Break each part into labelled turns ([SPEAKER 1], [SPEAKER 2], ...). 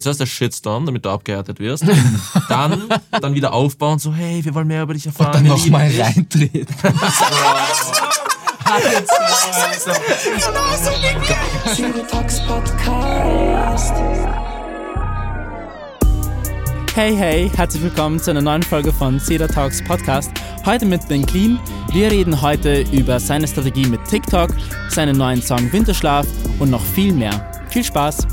[SPEAKER 1] Das heißt, der Shitstorm, damit du abgehärtet wirst. Dann, dann wieder aufbauen, so, hey, wir wollen mehr über dich erfahren.
[SPEAKER 2] Und dann
[SPEAKER 1] wir lieben
[SPEAKER 2] nochmal
[SPEAKER 1] dich.
[SPEAKER 2] reintreten.
[SPEAKER 3] Talks Podcast.
[SPEAKER 4] Hey, hey, herzlich willkommen zu einer neuen Folge von Cedar Talks Podcast. Heute mit Ben Clean. Wir reden heute über seine Strategie mit TikTok, seinen neuen Song Winterschlaf und noch viel mehr. Viel Spaß!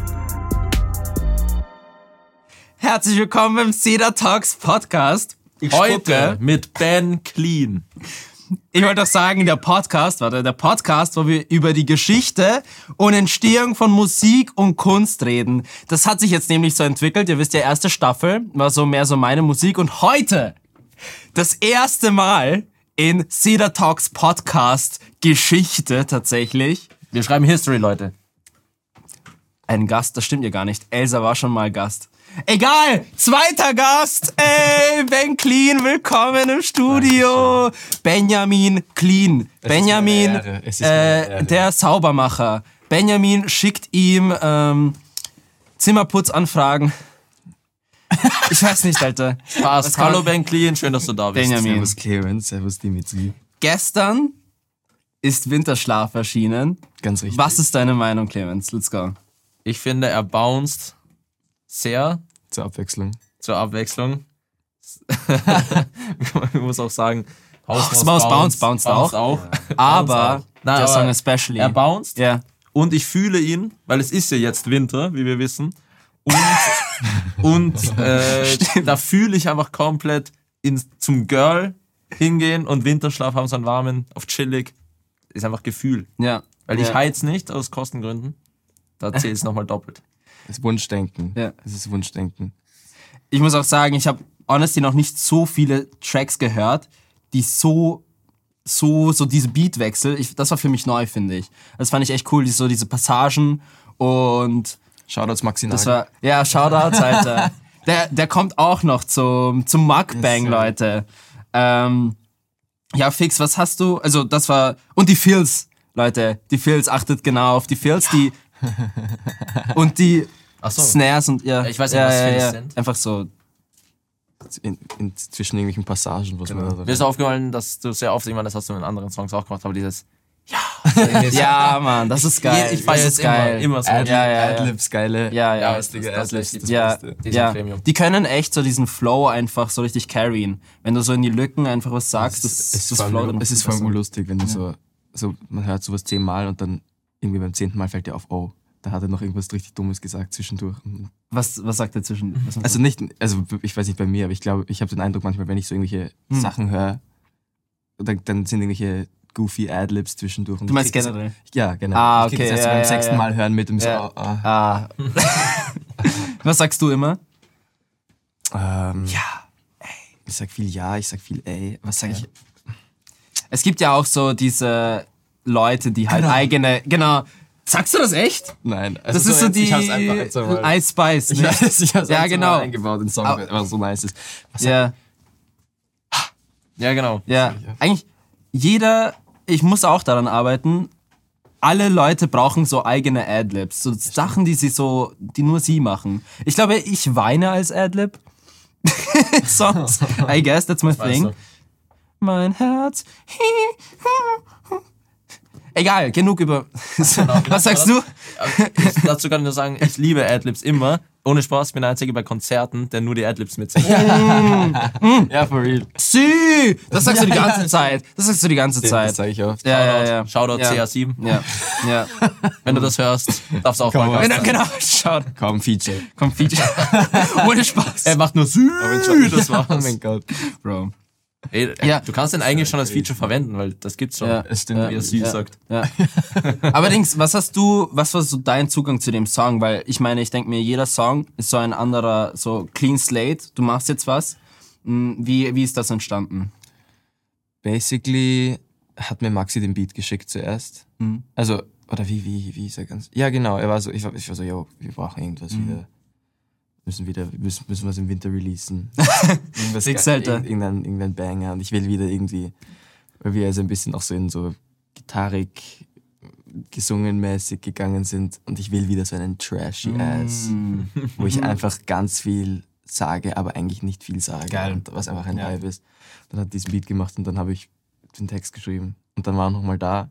[SPEAKER 2] Herzlich willkommen beim Cedar Talks Podcast.
[SPEAKER 1] Heute mit Ben Clean.
[SPEAKER 2] ich wollte doch sagen, der Podcast, warte, der Podcast, wo wir über die Geschichte und Entstehung von Musik und Kunst reden. Das hat sich jetzt nämlich so entwickelt. Ihr wisst ja, erste Staffel war so mehr so meine Musik und heute das erste Mal in Cedar Talks Podcast Geschichte tatsächlich.
[SPEAKER 1] Wir schreiben History, Leute.
[SPEAKER 2] Ein Gast, das stimmt ja gar nicht. Elsa war schon mal Gast. Egal, zweiter Gast. Ey, Ben Clean, willkommen im Studio. Benjamin Clean. Benjamin,
[SPEAKER 5] mir eine Ehre. Es ist mir eine
[SPEAKER 2] äh,
[SPEAKER 5] Ehre.
[SPEAKER 2] der Saubermacher. Benjamin schickt ihm ähm, Zimmerputzanfragen. Ich weiß nicht, Alter.
[SPEAKER 1] Passt.
[SPEAKER 2] kann-
[SPEAKER 1] Hallo Ben Clean, schön, dass du da bist.
[SPEAKER 2] Benjamin.
[SPEAKER 5] Servus Clemens, servus Dimitri.
[SPEAKER 2] Gestern ist Winterschlaf erschienen.
[SPEAKER 5] Ganz richtig.
[SPEAKER 2] Was ist deine Meinung, Clemens? Let's go.
[SPEAKER 1] Ich finde, er bounced sehr
[SPEAKER 5] Zur Abwechslung.
[SPEAKER 1] zur Abwechslung. ich muss auch sagen, Haus,
[SPEAKER 2] Maus bounced, bounced
[SPEAKER 1] auch.
[SPEAKER 2] Aber
[SPEAKER 1] Nein, aber
[SPEAKER 2] der Song especially.
[SPEAKER 1] Er bounced
[SPEAKER 2] Ja.
[SPEAKER 1] und ich fühle ihn, weil es ist ja jetzt Winter, wie wir wissen. Und, und äh, da fühle ich einfach komplett ins, zum Girl hingehen und Winterschlaf haben, so einen warmen, auf chillig. Ist einfach Gefühl.
[SPEAKER 2] Ja.
[SPEAKER 1] Weil ich
[SPEAKER 2] Ja.
[SPEAKER 1] heiz nicht aus Kostengründen. Da zähle ich es nochmal doppelt.
[SPEAKER 5] Das Wunschdenken.
[SPEAKER 2] Ja.
[SPEAKER 5] Es ist Wunschdenken.
[SPEAKER 2] ich muss auch sagen, ich habe honestly noch nicht so viele Tracks gehört, die so so so diese Beatwechsel, ich, das war für mich neu, finde ich. Das fand ich echt cool, die, so diese Passagen und
[SPEAKER 5] Shoutouts Maxi
[SPEAKER 2] das war ja Shoutouts Alter. der der kommt auch noch zum zum
[SPEAKER 5] Yes,
[SPEAKER 2] Mukbang,
[SPEAKER 5] ja.
[SPEAKER 2] Leute. Ähm, ja, fix, was hast du? Also, das war und die Fills, Leute, die Fills achtet genau auf die Fills, die und die
[SPEAKER 1] Achso.
[SPEAKER 2] Snares und ja,
[SPEAKER 1] Ich weiß nicht,
[SPEAKER 2] ja,
[SPEAKER 1] was
[SPEAKER 2] ja,
[SPEAKER 1] Fills
[SPEAKER 2] ja,
[SPEAKER 1] sind.
[SPEAKER 2] Einfach so
[SPEAKER 5] in, in, zwischen irgendwelchen Passagen,
[SPEAKER 2] Genau.
[SPEAKER 5] was man
[SPEAKER 1] Mir
[SPEAKER 5] da
[SPEAKER 1] ist aufgefallen, dass du sehr oft, ich meine, das hast du in anderen Songs auch gemacht, aber dieses
[SPEAKER 2] Ja, Mann, das ist geil.
[SPEAKER 1] Ich weiß
[SPEAKER 2] das
[SPEAKER 1] es
[SPEAKER 2] ist
[SPEAKER 1] immer, immer so.
[SPEAKER 5] Adlib-
[SPEAKER 2] Ja, ja, ja.
[SPEAKER 5] Adlibs, geile.
[SPEAKER 2] Ja, ja.
[SPEAKER 5] Das, Digga,
[SPEAKER 1] Das- das
[SPEAKER 5] Adlibs,
[SPEAKER 1] ist
[SPEAKER 5] das
[SPEAKER 2] ja,
[SPEAKER 5] Beste.
[SPEAKER 1] Die sind
[SPEAKER 2] ja.
[SPEAKER 1] Premium.
[SPEAKER 2] die können echt so diesen Flow einfach so richtig carryen. Wenn du so in die Lücken einfach was sagst, das,
[SPEAKER 5] Es
[SPEAKER 2] das,
[SPEAKER 5] ist, vor
[SPEAKER 2] flow
[SPEAKER 5] allem,
[SPEAKER 2] dann
[SPEAKER 5] es ist vor allem lustig, wenn du so, so, man hört sowas zehnmal und dann irgendwie beim zehnten Mal fällt dir auf, oh, da hat er noch irgendwas richtig Dummes gesagt zwischendurch.
[SPEAKER 2] Was, was sagt er zwischen? Was
[SPEAKER 5] Also nicht, also ich weiß nicht bei mir, aber ich glaube, ich habe den Eindruck manchmal, wenn ich so irgendwelche
[SPEAKER 2] Hm.
[SPEAKER 5] Sachen höre, dann, dann sind irgendwelche goofy Adlibs zwischendurch. Und
[SPEAKER 2] du meinst
[SPEAKER 5] ich krieg das-
[SPEAKER 2] generell?
[SPEAKER 5] Ja, genau.
[SPEAKER 2] Ah,
[SPEAKER 5] Ich krieg das
[SPEAKER 2] okay,
[SPEAKER 5] erst
[SPEAKER 2] ja,
[SPEAKER 5] beim
[SPEAKER 2] ja,
[SPEAKER 5] sechsten
[SPEAKER 2] ja.
[SPEAKER 5] Mal hören mit dem
[SPEAKER 2] Ja.
[SPEAKER 5] so, ah, ah,
[SPEAKER 2] Ah. was sagst du immer?
[SPEAKER 5] ähm, ja, ey. Ich sag viel ja, ich sag viel ey. Was sag ich?
[SPEAKER 2] Es gibt ja auch so diese Leute, die halt eigene. Genau. Sagst du das echt?
[SPEAKER 5] Nein. Also
[SPEAKER 2] Das ist so
[SPEAKER 5] jetzt-
[SPEAKER 2] die
[SPEAKER 5] Ich hab's einfach jetzt einmal.
[SPEAKER 2] Ice Spice.
[SPEAKER 5] Ich
[SPEAKER 2] ne?
[SPEAKER 5] weiß, ich hab's
[SPEAKER 2] Ja,
[SPEAKER 5] einfach
[SPEAKER 2] genau.
[SPEAKER 5] mal eingebaut in den Song,
[SPEAKER 2] Au.
[SPEAKER 5] weil es so nice ist. Was sag-
[SPEAKER 2] Ja.
[SPEAKER 1] Ja, genau.
[SPEAKER 2] Ja, eigentlich jeder, ich muss auch daran arbeiten, alle Leute brauchen so eigene Adlibs, so Sachen, die sie so, die nur sie machen. Ich glaube, ich weine als Adlib. Songs, I guess that's my thing. Mein Herz. Egal, genug über.
[SPEAKER 5] Genau,
[SPEAKER 2] Was sagst du?
[SPEAKER 1] Ich, dazu kann ich nur sagen, ich liebe Adlibs immer. Ohne Spaß, ich bin der Einzige bei Konzerten, der nur die Adlibs mitsingt.
[SPEAKER 5] Ja, for real.
[SPEAKER 2] Sie! Das sagst du die ganze Zeit. Das sagst du die ganze
[SPEAKER 5] Das
[SPEAKER 2] Zeit.
[SPEAKER 5] sag ich oft.
[SPEAKER 2] Ja, ja, ja.
[SPEAKER 1] Shoutout
[SPEAKER 2] Ja.
[SPEAKER 1] CR7.
[SPEAKER 2] Ja, ja.
[SPEAKER 1] Wenn du das hörst, darfst du auch
[SPEAKER 5] Komm,
[SPEAKER 1] mal
[SPEAKER 5] Alter.
[SPEAKER 1] Gast
[SPEAKER 2] Genau,
[SPEAKER 1] sein.
[SPEAKER 2] genau. Schaut.
[SPEAKER 5] Kaum Feature.
[SPEAKER 2] Komm, Feature. Ohne Spaß.
[SPEAKER 1] Er macht nur Sü, das
[SPEAKER 5] Oh
[SPEAKER 1] war's.
[SPEAKER 5] mein Gott.
[SPEAKER 2] Bro.
[SPEAKER 1] Ey,
[SPEAKER 2] Ja.
[SPEAKER 1] Du kannst den eigentlich schon als Feature verwenden, weil das gibt's schon.
[SPEAKER 2] Ja.
[SPEAKER 5] Es stimmt.
[SPEAKER 2] Ja.
[SPEAKER 1] Wie er Sü
[SPEAKER 2] Ja.
[SPEAKER 1] sagt.
[SPEAKER 2] Allerdings, was hast du, was war so dein Zugang zu dem Song? Weil ich meine, ich denke mir, jeder Song ist so ein anderer, so clean slate. Du machst jetzt was. Hm, Wie, wie ist das entstanden?
[SPEAKER 5] basically hat mir Maxi den Beat geschickt zuerst.
[SPEAKER 2] Mhm.
[SPEAKER 5] Also, oder wie, wie, wie ist er ganz. Ja, genau, er war so, ich war, ich war so, yo, wir brauchen irgendwas wieder. Müssen wieder, müssen, müssen wir es im Winter releasen. irgendwas
[SPEAKER 2] Six
[SPEAKER 5] geil-
[SPEAKER 2] Alter.
[SPEAKER 5] irgend- Irgendein, irgendein Banger. Und ich will wieder irgendwie, weil wir also ein bisschen auch so in so Gitarrik, gesungen mäßig gegangen sind und ich will wieder so einen trashy
[SPEAKER 2] Mm.
[SPEAKER 5] Ass, wo ich einfach ganz viel sage, aber eigentlich nicht viel sage,
[SPEAKER 2] Geil.
[SPEAKER 5] Und was einfach ein
[SPEAKER 2] Ja.
[SPEAKER 5] Vibe ist. Dann hat diesen Beat gemacht und dann habe ich den Text geschrieben und dann war er nochmal da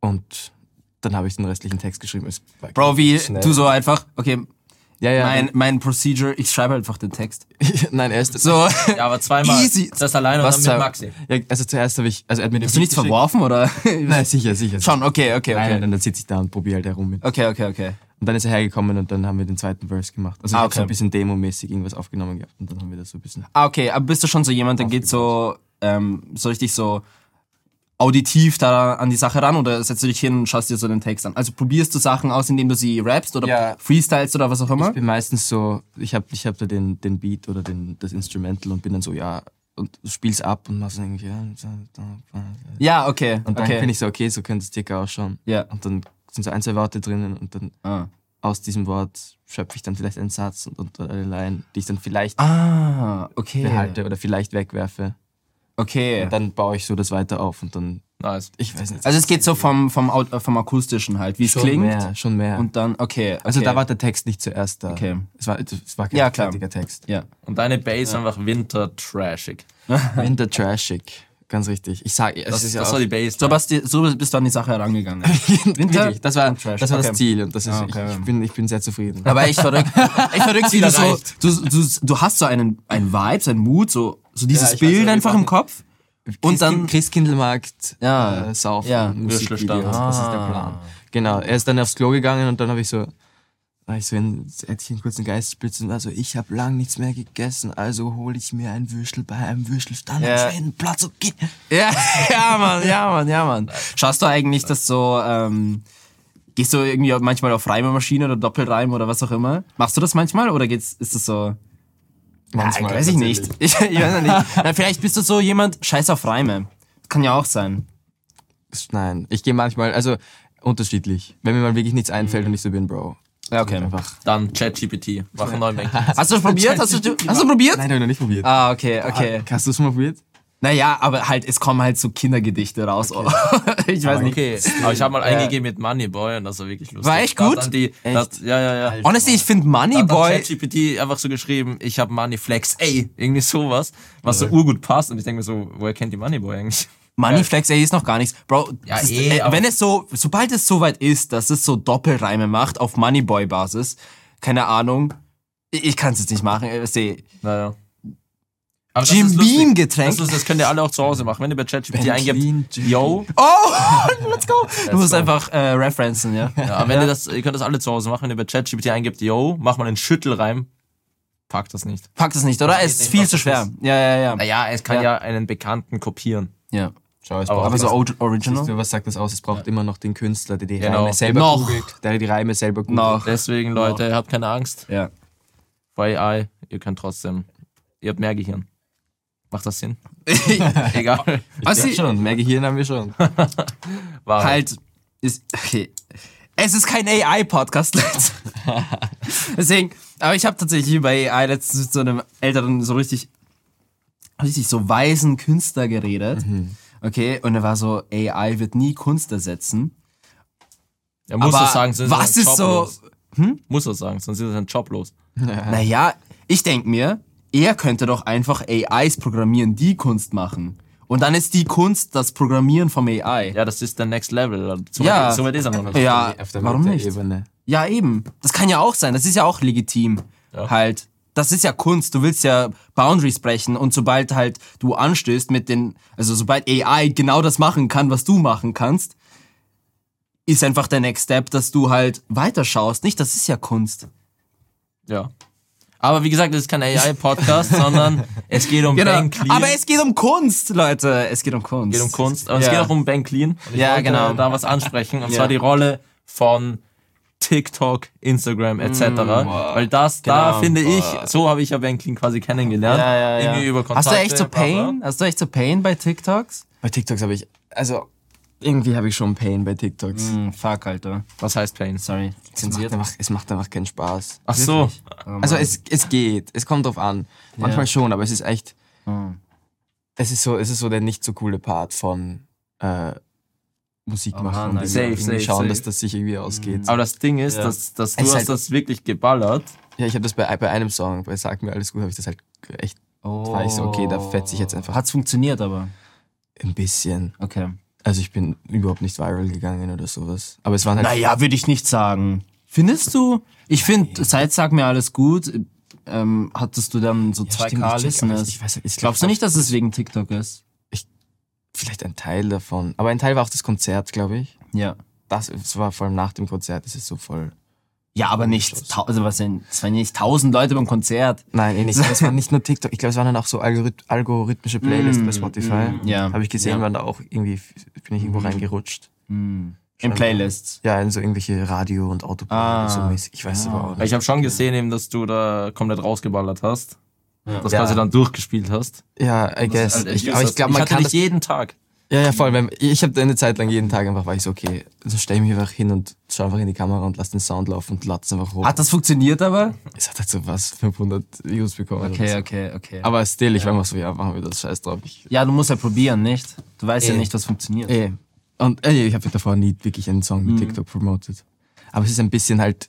[SPEAKER 5] und dann habe ich den restlichen Text geschrieben. Es war
[SPEAKER 2] Bro, wie
[SPEAKER 5] schnell.
[SPEAKER 2] du so einfach, okay,
[SPEAKER 5] Ja, ja.
[SPEAKER 2] mein, mein Procedure, ich schreibe einfach den Text.
[SPEAKER 5] Nein, erst.
[SPEAKER 2] So,
[SPEAKER 1] Ja, aber zweimal.
[SPEAKER 2] Easy.
[SPEAKER 1] Das alleine
[SPEAKER 5] was
[SPEAKER 1] und dann mit
[SPEAKER 5] zwei-
[SPEAKER 1] Maxi.
[SPEAKER 5] Ja, also zuerst habe ich. Also er hat mir
[SPEAKER 2] hast du nichts verworfen oder?
[SPEAKER 5] Nein, sicher, sicher.
[SPEAKER 2] Schon, okay, okay,
[SPEAKER 5] Nein, nein,
[SPEAKER 2] okay.
[SPEAKER 5] nein, dann sitze ich da und probiere halt herum mit.
[SPEAKER 2] Okay, okay, okay.
[SPEAKER 5] Und dann ist er hergekommen und dann haben wir den zweiten Verse gemacht. Also ich
[SPEAKER 2] Ah,
[SPEAKER 5] hab
[SPEAKER 2] okay.
[SPEAKER 5] so ein bisschen Demo-mäßig irgendwas aufgenommen gehabt und dann haben wir das so ein bisschen.
[SPEAKER 2] Ah, okay, aber bist du schon so jemand, der geht so, ähm, so richtig so auditiv da an die Sache ran oder setzt du dich hin und schaust dir so den Text an? Also probierst du Sachen aus, indem du sie rappst oder
[SPEAKER 5] Ja.
[SPEAKER 2] freestylst oder was auch immer?
[SPEAKER 5] Ich bin meistens so, ich habe ich hab da den, den Beat oder den, das Instrumental und bin dann so, ja, und spiel's ab und mach's dann irgendwie, ja. und so, da, da.
[SPEAKER 2] Ja, okay.
[SPEAKER 5] Und dann
[SPEAKER 2] okay.
[SPEAKER 5] bin ich so, okay, so könnte es circa ausschauen.
[SPEAKER 2] Ja.
[SPEAKER 5] Und dann sind so ein, zwei Worte drinnen und dann
[SPEAKER 2] Ah.
[SPEAKER 5] aus diesem Wort schöpfe ich dann vielleicht einen Satz und, und eine Line, die ich dann vielleicht
[SPEAKER 2] Ah, okay.
[SPEAKER 5] behalte oder vielleicht wegwerfe.
[SPEAKER 2] Okay.
[SPEAKER 5] Und dann baue ich so das weiter auf und dann,
[SPEAKER 1] Nice.
[SPEAKER 5] ich weiß nicht.
[SPEAKER 2] Also es geht so vom, vom, Au- äh, vom akustischen halt, wie es
[SPEAKER 5] schon
[SPEAKER 2] klingt.
[SPEAKER 5] mehr, schon mehr.
[SPEAKER 2] Und dann, okay. okay.
[SPEAKER 5] Also da war der Text nicht zuerst da.
[SPEAKER 2] Okay.
[SPEAKER 5] Es war, es war kein
[SPEAKER 2] Ja, klar.
[SPEAKER 5] fertiger Text.
[SPEAKER 2] Ja.
[SPEAKER 1] Und deine Bass einfach wintertrashig.
[SPEAKER 5] Winter Trashig. Ganz richtig. Ich sag, es
[SPEAKER 1] Das,
[SPEAKER 5] ist ja
[SPEAKER 1] das
[SPEAKER 5] auch,
[SPEAKER 1] war die ne? Bass.
[SPEAKER 2] So, bist du, so bist du an die Sache herangegangen. Winter?
[SPEAKER 5] wirklich, das war,
[SPEAKER 2] Trash.
[SPEAKER 5] das, war
[SPEAKER 2] Okay.
[SPEAKER 5] das Ziel und das ist,
[SPEAKER 2] Ah, okay.
[SPEAKER 5] ich, ich, bin, ich bin sehr zufrieden.
[SPEAKER 2] Aber echt verrückt. Echt verrückt, wie du so,
[SPEAKER 1] erreicht.
[SPEAKER 2] du, du, du hast so einen, einen Vibe, so einen Mut, so, so dieses
[SPEAKER 5] Ja, ich weiß
[SPEAKER 2] Bild
[SPEAKER 5] ja,
[SPEAKER 2] einfach
[SPEAKER 5] ich
[SPEAKER 2] im Kopf. Und dann,
[SPEAKER 5] Christkindlmarkt,
[SPEAKER 2] Ja.
[SPEAKER 5] äh, Saufen,
[SPEAKER 2] Ja.
[SPEAKER 5] Musikvideos.
[SPEAKER 1] Würstelstand.
[SPEAKER 5] Das ist der Plan. Genau. Er ist dann aufs Klo gegangen und dann habe ich so, war ich so in, hätte ich einen kurzen Geistesblitz und also ich habe lang nichts mehr gegessen, also hole ich mir ein Würstel bei einem Würstelstand
[SPEAKER 2] Ja.
[SPEAKER 5] am Schwedenplatz. Okay.
[SPEAKER 2] ja, ja, Mann, ja, Mann, ja, Mann. Schaust du eigentlich, dass so, ähm, gehst du irgendwie auch manchmal auf Reimermaschine oder Doppelreim oder was auch immer? Machst du das manchmal oder geht's, ist das so?
[SPEAKER 5] Manchmal
[SPEAKER 2] Ja, weiß ich nicht.
[SPEAKER 5] tatsächlich.
[SPEAKER 2] Ich, ich weiß ja nicht. Na, vielleicht bist du so jemand, scheiß auf Reime. Kann ja auch sein.
[SPEAKER 5] Nein, ich gehe manchmal, also unterschiedlich. Wenn mir mal wirklich nichts einfällt und ich so bin, Bro.
[SPEAKER 2] Ja, okay.
[SPEAKER 5] Einfach.
[SPEAKER 1] Dann ChatGPT. Mach einen neuen Bank.
[SPEAKER 2] Hast du es probiert? Hast du, hast du probiert?
[SPEAKER 5] Nein, habe ich noch nicht probiert.
[SPEAKER 2] Ah, okay, okay.
[SPEAKER 5] Hast du es mal probiert?
[SPEAKER 2] Naja, aber halt, es kommen halt so Kindergedichte raus. ich weiß nicht.
[SPEAKER 1] Okay, aber ich habe mal eingegeben mit Moneyboy und das war wirklich lustig.
[SPEAKER 2] War echt
[SPEAKER 1] Da hat
[SPEAKER 2] gut?
[SPEAKER 1] Dann die, das, ja, ja, ja.
[SPEAKER 2] Honestly, ich finde
[SPEAKER 1] Da hat dann
[SPEAKER 2] Moneyboy.
[SPEAKER 1] ChatGPT einfach so geschrieben, ich habe Moneyflex, ey, irgendwie sowas, was so urgut passt. Und ich denke mir so, woher kennt die Moneyboy eigentlich?
[SPEAKER 2] Moneyflex, ey, ist noch gar nichts. Bro, das ist,
[SPEAKER 1] eh,
[SPEAKER 2] äh,
[SPEAKER 1] aber-
[SPEAKER 2] wenn es so, sobald es soweit ist, dass es so Doppelreime macht auf Moneyboy-Basis, keine Ahnung. Ich, ich kann es jetzt nicht machen. äh, seh.
[SPEAKER 1] Naja. Aber das
[SPEAKER 2] Jim
[SPEAKER 1] ist lustig.
[SPEAKER 2] Beam-Getränk.
[SPEAKER 1] Das, ist- das könnt ihr alle auch zu Hause machen. Wenn ihr bei ChatGPT
[SPEAKER 5] Clean,
[SPEAKER 1] eingebt,
[SPEAKER 5] Jim
[SPEAKER 1] yo,
[SPEAKER 2] Oh, Du musst einfach äh, referenzen, ja.
[SPEAKER 1] Ja, aber wenn ihr das, ihr könnt das alle zu Hause machen, wenn ihr bei ChatGPT eingibt, yo, mach mal einen Schüttelreim, packt das nicht.
[SPEAKER 2] Packt es nicht, oder? Es ist
[SPEAKER 1] nicht,
[SPEAKER 2] viel
[SPEAKER 1] was
[SPEAKER 2] zu
[SPEAKER 1] das
[SPEAKER 2] schwer. Ja, ja, ja.
[SPEAKER 1] Naja, es kann ja, einen Bekannten kopieren.
[SPEAKER 2] ja.
[SPEAKER 5] Schau, es
[SPEAKER 1] Aber-
[SPEAKER 5] braucht
[SPEAKER 2] Aber so
[SPEAKER 5] was-
[SPEAKER 2] old-
[SPEAKER 5] Siehst
[SPEAKER 2] original?
[SPEAKER 5] du, was sagt das aus? Es braucht immer noch den Künstler, der die
[SPEAKER 1] Genau.
[SPEAKER 5] Reime selber
[SPEAKER 2] Noch.
[SPEAKER 5] googelt. Der die Reime selber googelt.
[SPEAKER 2] Noch.
[SPEAKER 1] Deswegen, Leute, habt keine Angst.
[SPEAKER 2] Ja.
[SPEAKER 1] Vor AI, ihr könnt trotzdem, ihr habt mehr Gehirn. Macht das Sinn? Egal.
[SPEAKER 2] Was
[SPEAKER 5] Ja, schon, mehr Gehirn haben wir schon.
[SPEAKER 1] War
[SPEAKER 2] halt ist okay. Es ist kein AI-Podcast, Leute. Deswegen, aber ich habe tatsächlich bei AI letztens mit so einem älteren, so richtig, richtig so weisen Künstler geredet.
[SPEAKER 1] Mhm.
[SPEAKER 2] Okay, und er war so, AI wird nie Kunst ersetzen.
[SPEAKER 1] Er muss
[SPEAKER 2] aber
[SPEAKER 1] das sagen, sonst
[SPEAKER 2] was
[SPEAKER 1] er seinen
[SPEAKER 2] ist
[SPEAKER 1] Job
[SPEAKER 2] so-
[SPEAKER 1] Los. Muss er sagen, sonst ist er sein Job los.
[SPEAKER 2] Naja, ich denk mir, er könnte doch einfach AIs programmieren, die Kunst machen. Und dann ist die Kunst das Programmieren vom AI.
[SPEAKER 1] Ja, das ist der Next Level. So
[SPEAKER 2] Ja.
[SPEAKER 1] weit, so weit ist er noch nicht.
[SPEAKER 2] Ja,
[SPEAKER 5] Auf der
[SPEAKER 2] warum nicht?
[SPEAKER 5] Ebene.
[SPEAKER 2] Ja, eben. Das kann ja auch sein. Das ist ja auch legitim. Halt. Das ist ja Kunst. Du willst ja Boundaries brechen und sobald halt du anstößt mit den, also sobald AI genau das machen kann, was du machen kannst, ist einfach der Next Step, dass du halt weiterschaust. Nicht, das ist ja Kunst.
[SPEAKER 1] Ja. Aber wie gesagt, das ist kein AI-Podcast, sondern es geht um Ben Clean.
[SPEAKER 2] Genau, Aber es geht um Kunst, Leute. Es geht um Kunst.
[SPEAKER 1] geht um Kunst, aber es
[SPEAKER 2] Ja.
[SPEAKER 1] geht auch um Ben Clean. Und ich
[SPEAKER 2] Ja,
[SPEAKER 1] wollte
[SPEAKER 2] genau.
[SPEAKER 1] Da was ansprechen. Und zwar die Rolle von TikTok, Instagram etc. Weil das, da
[SPEAKER 2] Mm, Genau.
[SPEAKER 1] finde ich, so habe ich ja Ben Clean quasi kennengelernt.
[SPEAKER 2] Ja, ja, ja.
[SPEAKER 1] Irgendwie über Kontakte.
[SPEAKER 2] Hast du echt so
[SPEAKER 1] bla, bla.
[SPEAKER 2] Pain? Hast du echt so Pain bei TikToks?
[SPEAKER 5] Bei TikToks habe ich, also irgendwie habe ich schon Pain bei TikToks.
[SPEAKER 2] Hm, fuck, Alter.
[SPEAKER 1] Was heißt Pain?
[SPEAKER 2] Sorry.
[SPEAKER 5] Mhm. Es, macht einfach, es macht einfach keinen Spaß.
[SPEAKER 1] Ach so.
[SPEAKER 5] Also es, es geht, es kommt drauf an. Manchmal schon, aber es ist echt,
[SPEAKER 2] Hm.
[SPEAKER 5] es ist so, es ist so der nicht so coole Part von äh, Musik
[SPEAKER 2] Oh
[SPEAKER 5] machen
[SPEAKER 2] Mann,
[SPEAKER 5] und
[SPEAKER 2] Alter.
[SPEAKER 5] irgendwie
[SPEAKER 1] Safe, safe,
[SPEAKER 5] schauen,
[SPEAKER 1] safe.
[SPEAKER 5] dass das sich irgendwie ausgeht.
[SPEAKER 2] Mhm.
[SPEAKER 1] Aber das Ding ist,
[SPEAKER 2] Ja.
[SPEAKER 1] dass, dass du
[SPEAKER 5] Es ist
[SPEAKER 1] hast
[SPEAKER 5] halt-
[SPEAKER 1] das wirklich geballert.
[SPEAKER 5] Ja, ich habe das bei, bei einem Song, bei Sag mir alles gut, habe ich das halt echt,
[SPEAKER 2] Oh.
[SPEAKER 5] da war ich so, okay, da fetze ich jetzt einfach
[SPEAKER 2] Hat's funktioniert aber.
[SPEAKER 5] ein bisschen.
[SPEAKER 2] Okay.
[SPEAKER 5] Also ich bin überhaupt nicht viral gegangen oder sowas. Aber es waren halt,
[SPEAKER 2] Naja, würde ich nicht sagen. Findest du? Ich finde, seit Sag mir alles gut, ähm, hattest du dann so
[SPEAKER 5] Ja,
[SPEAKER 2] 2K
[SPEAKER 5] stimmt, ich check auch nicht.
[SPEAKER 2] Listeners.
[SPEAKER 5] Ich weiß nicht, ich glaub
[SPEAKER 2] Glaubst du nicht, dass es wegen TikTok ist?
[SPEAKER 5] vielleicht ein Teil davon. Aber ein Teil war auch das Konzert, glaube ich.
[SPEAKER 2] Ja.
[SPEAKER 5] Das, es war vor allem nach dem Konzert, das ist so voll.
[SPEAKER 2] Ja, aber nicht, tau- also was denn, es waren nicht tausend Leute beim Konzert.
[SPEAKER 5] Nein, eh nicht. Aber es waren nicht nur TikTok. Ich glaube, es waren dann auch so Algorith algorithmische Playlists bei Spotify.
[SPEAKER 2] Mm, ja.
[SPEAKER 5] Habe ich gesehen,
[SPEAKER 2] Ja. Mhm.
[SPEAKER 5] waren da auch irgendwie, bin ich irgendwo reingerutscht.
[SPEAKER 2] In Playlists.
[SPEAKER 5] Ja, in so irgendwelche Radio- und Autobahn
[SPEAKER 2] Ah.
[SPEAKER 5] so mäßig. Ich weiß aber auch nicht.
[SPEAKER 1] Ich habe schon gesehen, eben, dass du da komplett rausgeballert hast. Das
[SPEAKER 5] Ja.
[SPEAKER 1] quasi dann durchgespielt hast.
[SPEAKER 5] Ja, I guess.
[SPEAKER 2] halt
[SPEAKER 1] Alter,
[SPEAKER 5] ich, aber ich glaube,
[SPEAKER 1] ich
[SPEAKER 5] man
[SPEAKER 1] hatte
[SPEAKER 5] kann
[SPEAKER 1] dich
[SPEAKER 5] das.
[SPEAKER 1] jeden Tag.
[SPEAKER 5] Ja, ja, voll. Wenn, ich habe eine Zeit lang jeden Tag einfach, war ich so, okay, so stell ich mich einfach hin und schau einfach in die Kamera und lass den Sound laufen und latz einfach hoch.
[SPEAKER 2] Hat das funktioniert aber?
[SPEAKER 5] Es hat halt so was, 500 Views bekommen. oder so.
[SPEAKER 2] okay, okay.
[SPEAKER 5] Aber still, ich war immer so, ja, machen wir das Scheiß drauf. Ich,
[SPEAKER 2] ja, du musst ja probieren, nicht? Du weißt ja
[SPEAKER 5] Eh.
[SPEAKER 2] nicht, was funktioniert.
[SPEAKER 5] eh. Und ey, ich habe davor nie wirklich einen Song
[SPEAKER 2] Mhm.
[SPEAKER 5] mit TikTok promotet. Aber es ist ein bisschen halt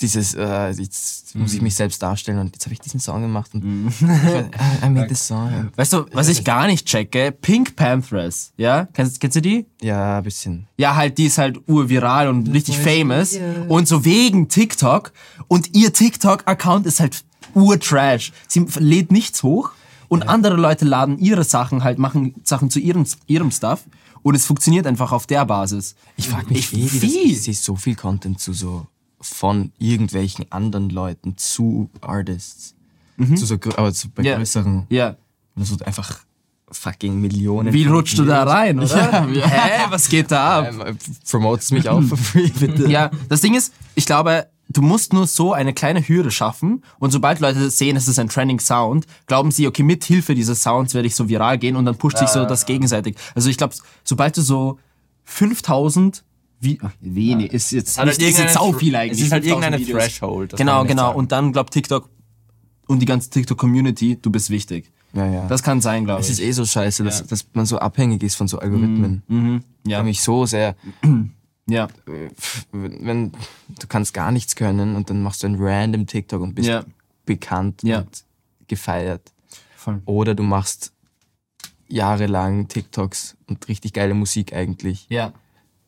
[SPEAKER 5] dieses, äh, jetzt muss
[SPEAKER 2] Mhm.
[SPEAKER 5] ich mich selbst darstellen und jetzt habe ich diesen Song gemacht und I, I made this song.
[SPEAKER 2] Weißt du, was ich gar nicht checke? Pink Panthers, ja? Kennst, kennst du die?
[SPEAKER 5] Ja, ein bisschen.
[SPEAKER 2] Ja, halt, die ist halt urviral und richtig famous. Und so wegen TikTok. Und ihr TikTok-Account ist halt urtrash. Sie lädt nichts hoch. Und andere Leute laden ihre Sachen halt, machen Sachen zu ihrem, ihrem Stuff. Und es funktioniert einfach auf der Basis.
[SPEAKER 5] Ich frage mich, eh,
[SPEAKER 2] Ich-
[SPEAKER 5] wie die das-
[SPEAKER 2] wie?
[SPEAKER 5] ich sehe so viel Content zu so von irgendwelchen anderen Leuten zu Artists. Zu so, grö- aber zu bei
[SPEAKER 2] Mhm. Ja.
[SPEAKER 5] größeren.
[SPEAKER 2] Ja.
[SPEAKER 5] Und so einfach fucking Millionen.
[SPEAKER 2] Wie rutscht du da rein, oder? Hä, was geht da ab?
[SPEAKER 5] Ähm, Promotest mich auch for free, bitte.
[SPEAKER 2] Ja, das Ding ist, ich glaube, du musst nur so eine kleine Hürde schaffen und sobald Leute sehen, es ist ein trending Sound, glauben sie, okay, mit Hilfe dieses Sounds werde ich so viral gehen und dann pusht sich so das gegenseitig. Also ich glaube, sobald du so 5000 wie ach, wenig ist jetzt nicht, ist jetzt sau viel eigentlich.
[SPEAKER 1] Es ist halt
[SPEAKER 2] 5000
[SPEAKER 1] irgendeine
[SPEAKER 2] Videos.
[SPEAKER 1] Threshold. das
[SPEAKER 2] Genau,
[SPEAKER 1] kann man nicht
[SPEAKER 2] genau
[SPEAKER 1] sagen.
[SPEAKER 2] und dann glaubt TikTok und die ganze TikTok Community, du bist wichtig.
[SPEAKER 5] Ja, ja.
[SPEAKER 2] Das kann sein, glaube
[SPEAKER 5] Es ist
[SPEAKER 2] ich.
[SPEAKER 5] eh so scheiße, dass, dass man so abhängig ist von so Algorithmen.
[SPEAKER 2] Mhm. Ja.
[SPEAKER 5] Ja. Mich so sehr,
[SPEAKER 2] Ja.
[SPEAKER 5] äh, pff, wenn wenn- du kannst gar nichts können und dann machst du einen random TikTok und bist
[SPEAKER 2] Ja.
[SPEAKER 5] bekannt
[SPEAKER 2] Ja.
[SPEAKER 5] und gefeiert.
[SPEAKER 2] Voll.
[SPEAKER 5] Oder du machst jahrelang TikToks und richtig geile Musik eigentlich
[SPEAKER 2] Ja.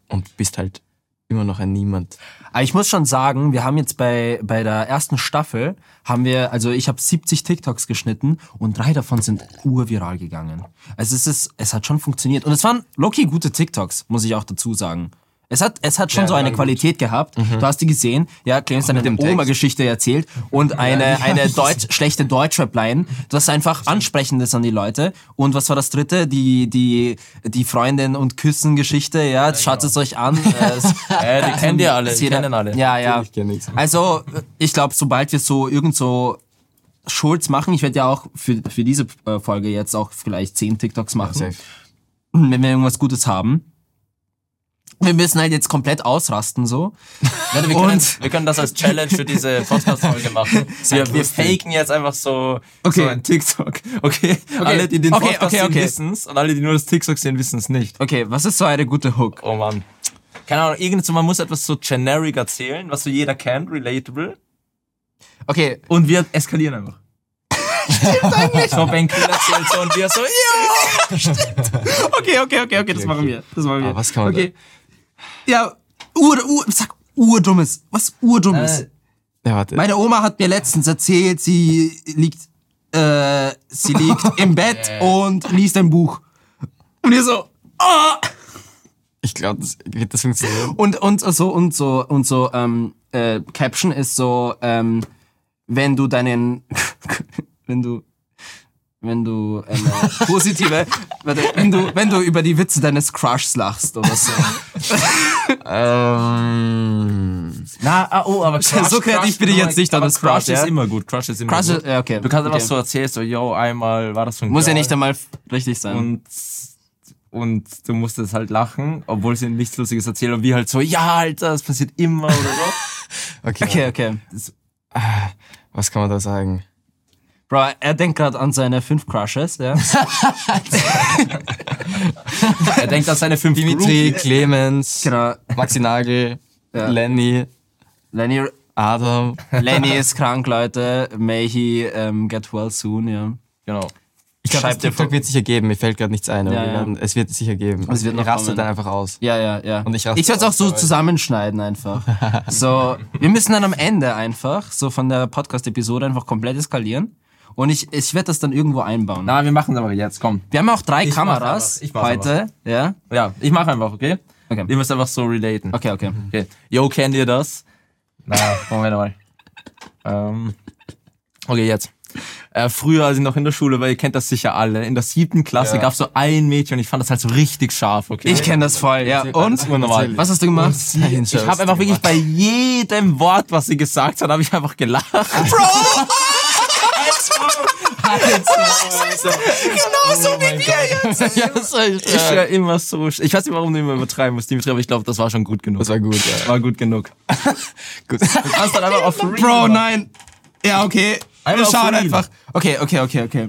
[SPEAKER 5] und bist halt immer noch ein Niemand.
[SPEAKER 2] Aber ich muss schon sagen, wir haben jetzt bei, bei der ersten Staffel, haben wir, also ich habe 70 TikToks geschnitten und drei davon sind urviral gegangen. Also es ist, es hat schon funktioniert. Und es waren low-key gute TikToks, muss ich auch dazu sagen. Es hat, es hat schon so eine Qualität gehabt. Du hast die gesehen. Ja, Clemens hat eine
[SPEAKER 5] Mhm. dem Text.
[SPEAKER 2] Oma-Geschichte erzählt und eine, eine Deutsch, schlechte Deutschrap-Line. Das ist einfach Ansprechendes an die Leute. Und was war das dritte? Die, die, die Freundin und Küssen-Geschichte. Ja, schaut
[SPEAKER 5] genau.
[SPEAKER 2] es euch an. Äh, es-
[SPEAKER 1] Äh, die kennen die alle, die kennen alle.
[SPEAKER 2] ja, ja.
[SPEAKER 5] Natürlich kenn ich's.
[SPEAKER 2] Also, ich glaube, sobald wir so irgend so Schulz machen, ich werde ja auch für, für diese äh, Folge jetzt auch vielleicht zehn TikToks machen, wenn wir irgendwas Gutes haben. Wir müssen halt jetzt komplett ausrasten, so.
[SPEAKER 1] Warte, wir, können,
[SPEAKER 2] Und-
[SPEAKER 1] wir können das als Challenge für diese Podcast-Folge machen. Wir, wir faken jetzt einfach so,
[SPEAKER 2] Okay.
[SPEAKER 1] so ein TikTok. Okay? Alle, die den
[SPEAKER 2] Okay,
[SPEAKER 1] Podcast
[SPEAKER 2] okay, okay.
[SPEAKER 1] sehen, wissen es und alle, die nur das TikTok sehen, wissen es nicht.
[SPEAKER 2] Okay, was ist so eine gute Hook?
[SPEAKER 1] Oh Mann. Keine Ahnung, irgend so, man muss etwas so generic erzählen, was so jeder kennt, relatable.
[SPEAKER 2] Okay,
[SPEAKER 1] Und wir eskalieren einfach. Stimmt eigentlich. So Ben Kill erzählt so und wir so, ja.
[SPEAKER 2] okay, okay, okay, okay, das machen wir. Das machen wir.
[SPEAKER 1] Ah,
[SPEAKER 5] Aber was kann man
[SPEAKER 2] okay. Ja, ur, ur, sag urdummes. Was urdummes?
[SPEAKER 1] Äh,
[SPEAKER 5] Ja, warte.
[SPEAKER 2] Meine Oma hat mir letztens erzählt, sie liegt, äh, sie liegt im Bett
[SPEAKER 1] Äh.
[SPEAKER 2] und liest ein Buch. Und ihr so, ah!
[SPEAKER 5] ich glaube, das wird das funktionieren.
[SPEAKER 2] Und, und so, und so, und so, ähm, äh, Caption ist so, ähm, wenn du deinen, wenn du, wenn du eine positive, warte, wenn du, wenn du über die Witze deines Crushs lachst oder so.
[SPEAKER 5] ähm,
[SPEAKER 1] Na, ah, oh, aber Crush, oh
[SPEAKER 2] So kreativ bin ich jetzt nicht, aber
[SPEAKER 1] aber
[SPEAKER 2] das
[SPEAKER 1] Crush
[SPEAKER 2] Crush, ja.
[SPEAKER 1] ist immer gut. Crush ist immer
[SPEAKER 2] Crush,
[SPEAKER 1] gut.
[SPEAKER 2] ja, okay.
[SPEAKER 1] Du kannst einfach
[SPEAKER 2] okay.
[SPEAKER 1] so erzählen, so, yo, einmal war das so ein
[SPEAKER 2] Muss ja
[SPEAKER 1] Girl.
[SPEAKER 2] nicht einmal richtig sein.
[SPEAKER 1] und und du musstest halt lachen, obwohl sie nichts Lustiges erzählen und wir halt so, ja, Alter, das passiert immer oder so.
[SPEAKER 5] okay.
[SPEAKER 2] okay, okay.
[SPEAKER 5] Was kann man da sagen?
[SPEAKER 2] Bro, er denkt gerade an seine fünf Crushes, ja.
[SPEAKER 1] Er denkt an seine fünf
[SPEAKER 5] Dimitri, Clemens,
[SPEAKER 2] genau.
[SPEAKER 5] Maxi Nagel, Lenny,
[SPEAKER 2] Lenny,
[SPEAKER 5] Adam.
[SPEAKER 2] Lenny ist krank, Leute. May he ähm, get well soon, ja.
[SPEAKER 1] Genau.
[SPEAKER 5] Ich glaube, das
[SPEAKER 2] Schreibt ihr
[SPEAKER 5] TikTok
[SPEAKER 2] vor-
[SPEAKER 5] wird sich ergeben. Mir fällt gerade nichts ein. aber
[SPEAKER 2] Ja,
[SPEAKER 5] wir
[SPEAKER 2] ja.
[SPEAKER 5] werden- Es wird sich ergeben.
[SPEAKER 2] Es wird
[SPEAKER 5] Ihr
[SPEAKER 2] noch kommen.
[SPEAKER 5] rastet dann einfach aus.
[SPEAKER 2] Ja, ja, ja.
[SPEAKER 5] Und ich raste
[SPEAKER 2] ich soll es auch so
[SPEAKER 5] aus, aber-
[SPEAKER 2] zusammenschneiden einfach. So, wir müssen dann am Ende einfach so von der Podcast-Episode einfach komplett eskalieren. Und ich, ich werde das dann irgendwo einbauen.
[SPEAKER 1] Na, wir machen es aber jetzt, komm.
[SPEAKER 2] wir haben auch drei
[SPEAKER 1] Ich mach
[SPEAKER 2] Kameras
[SPEAKER 1] einfach, ich mach
[SPEAKER 2] heute. Ja.
[SPEAKER 1] Ja, ich mache einfach, okay?
[SPEAKER 2] Okay.
[SPEAKER 1] Ihr müsst einfach so relaten.
[SPEAKER 2] Okay, okay.
[SPEAKER 1] Okay. Yo, kennt ihr das? Na, Moment mal. Ähm, okay, jetzt. Äh, früher, als ich noch in der Schule war, ihr kennt das sicher alle, in der siebten Klasse gab's so ein Mädchen und ich fand das halt so richtig scharf, okay?
[SPEAKER 2] Ich kenne das voll, ja. Und?
[SPEAKER 1] Urnormal.
[SPEAKER 2] Was hast du gemacht?
[SPEAKER 5] Ich
[SPEAKER 1] Ich habe einfach wirklich bei jedem Wort, was sie gesagt hat, habe ich einfach gelacht. Bro! Also,
[SPEAKER 2] Genauso
[SPEAKER 1] oh
[SPEAKER 2] wie wir jetzt.
[SPEAKER 1] Ich war immer so. sch- Ich weiß nicht, warum du immer übertreiben musst, Dimitri, aber ich glaube, das war schon gut genug.
[SPEAKER 5] Das war gut, ja.
[SPEAKER 1] War gut genug.
[SPEAKER 5] gut.
[SPEAKER 1] Du kannst dann einfach auf
[SPEAKER 2] Bro, nein. Ja, okay.
[SPEAKER 1] Einmal
[SPEAKER 2] Wir
[SPEAKER 1] auf
[SPEAKER 2] schauen
[SPEAKER 1] Real.
[SPEAKER 2] einfach. Okay, okay, okay, okay.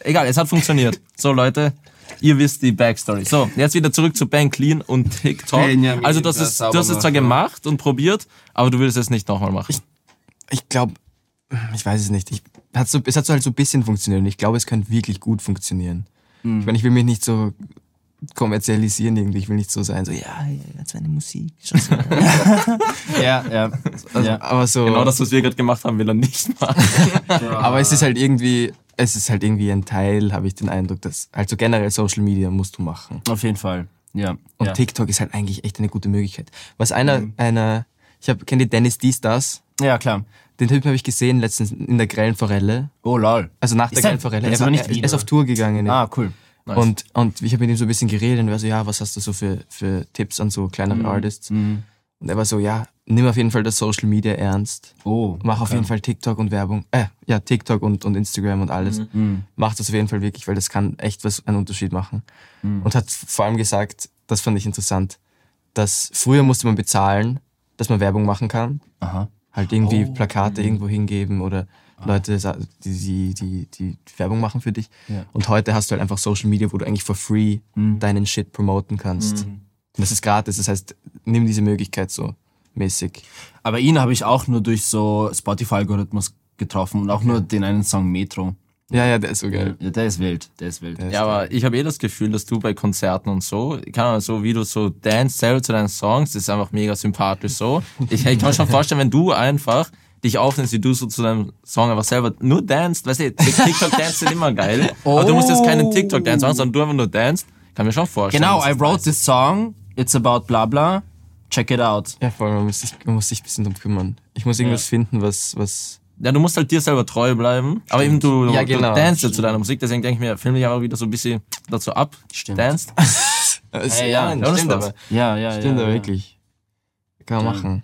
[SPEAKER 1] Egal, es hat funktioniert. So, Leute, ihr wisst die Backstory. So, jetzt wieder zurück zu Ben Clean und TikTok.
[SPEAKER 2] Benjamin,
[SPEAKER 1] also, das
[SPEAKER 2] das
[SPEAKER 1] ist,
[SPEAKER 2] sauber
[SPEAKER 1] du hast es zwar
[SPEAKER 2] machen.
[SPEAKER 1] gemacht und probiert, aber du willst es nicht nochmal machen.
[SPEAKER 5] Ich glaube, ich weiß es nicht. Ich, hat so, es hat so halt so ein bisschen funktioniert. Und ich glaube, es könnte wirklich gut funktionieren.
[SPEAKER 2] Mhm.
[SPEAKER 5] Ich meine, ich will mich nicht so kommerzialisieren irgendwie. Ich will nicht so sein, so, ja, jetzt meine Musik. Schaut's mal.
[SPEAKER 2] Ja, ja. ja.
[SPEAKER 5] Aber so,
[SPEAKER 1] genau das, was wir gerade gemacht haben, will er nicht machen.
[SPEAKER 5] aber es ist halt irgendwie, es ist halt irgendwie ein Teil, habe ich den Eindruck, dass, also generell Social Media musst du machen.
[SPEAKER 2] Auf jeden Fall. Ja.
[SPEAKER 5] Und
[SPEAKER 2] ja. Mhm.
[SPEAKER 5] TikTok ist halt eigentlich echt eine gute Möglichkeit. Was einer, einer, ich habe, kennt ihr Dennis Dies das?
[SPEAKER 2] ja, klar.
[SPEAKER 5] Den Typen habe ich gesehen letztens in der Grellen Forelle.
[SPEAKER 2] Oh, lol.
[SPEAKER 5] Also nach der
[SPEAKER 2] Ist er-
[SPEAKER 5] Grellen Forelle.
[SPEAKER 2] der
[SPEAKER 5] Er,
[SPEAKER 2] ist aber
[SPEAKER 5] war,
[SPEAKER 2] nicht
[SPEAKER 5] er, er ist
[SPEAKER 2] Wiener.
[SPEAKER 5] auf Tour gegangen. ja.
[SPEAKER 2] Ah, cool.
[SPEAKER 5] Und, und ich habe mit ihm so ein bisschen geredet und er war so, ja, was hast du so für, für Tipps an so kleinere
[SPEAKER 2] Mhm.
[SPEAKER 5] Artists? Und er war so, ja, nimm auf jeden Fall das Social Media ernst.
[SPEAKER 2] Oh.
[SPEAKER 5] Mach auf jeden Fall TikTok und Werbung. Äh, ja, TikTok und, und Instagram und alles.
[SPEAKER 2] Mhm.
[SPEAKER 5] Mach das auf jeden Fall wirklich, weil das kann echt was einen Unterschied machen.
[SPEAKER 2] Mhm.
[SPEAKER 5] Und hat vor allem gesagt, das fand ich interessant, dass früher musste man bezahlen, dass man Werbung machen kann.
[SPEAKER 2] Aha. Oh. Mhm. Ah.
[SPEAKER 5] Halt irgendwie Plakate irgendwo hingeben oder Leute, sa- die, die, die, die Werbung machen für dich.
[SPEAKER 2] Ja. Mhm.
[SPEAKER 5] Und heute hast du halt einfach Social Media, wo du eigentlich for free deinen Shit promoten kannst. Und das ist gratis, das heißt, nimm diese Möglichkeit so mäßig.
[SPEAKER 2] Aber ihn habe ich auch nur durch so Spotify-Algorithmus getroffen und auch nur den einen Song Metro.
[SPEAKER 5] Ja, ja, der ist so geil.
[SPEAKER 2] Ja, der ist wild, der ist wild.
[SPEAKER 1] Ja, aber ich habe eh das Gefühl, dass du bei Konzerten und so, keine Ahnung, so wie du so dance selber zu deinen Songs, das ist einfach mega sympathisch so. Ich, ich kann mir schon vorstellen, wenn du einfach dich aufnimmst, wie du so zu deinem Song einfach selber nur danst, weißt du, TikTok-Dance sind immer geil, aber du musst jetzt keinen TikTok-Dance machen, sondern du einfach nur danst, kann mir schon vorstellen.
[SPEAKER 2] Genau,
[SPEAKER 1] dass
[SPEAKER 2] I
[SPEAKER 1] das
[SPEAKER 2] wrote this song, it's about bla bla, check it out.
[SPEAKER 5] Ja, vor allem, man muss sich, man muss sich ein bisschen drum kümmern. Ich muss irgendwas finden, was, was.
[SPEAKER 1] Ja, du musst halt dir selber treu bleiben, aber eben du,
[SPEAKER 5] Ja,
[SPEAKER 1] du
[SPEAKER 5] genau.
[SPEAKER 1] danst ja zu deiner Musik, deswegen denke ich mir, film dich einfach wieder so ein bisschen dazu ab,
[SPEAKER 2] Stimmt.
[SPEAKER 1] danst.
[SPEAKER 5] Hey,
[SPEAKER 2] ja,
[SPEAKER 5] nein,
[SPEAKER 1] ja, das
[SPEAKER 5] stimmt
[SPEAKER 1] war's.
[SPEAKER 5] aber.
[SPEAKER 2] Ja, ja,
[SPEAKER 5] Stimmt
[SPEAKER 2] ja.
[SPEAKER 5] aber
[SPEAKER 2] ja.
[SPEAKER 5] wirklich. Kann man
[SPEAKER 2] Ja.
[SPEAKER 5] machen.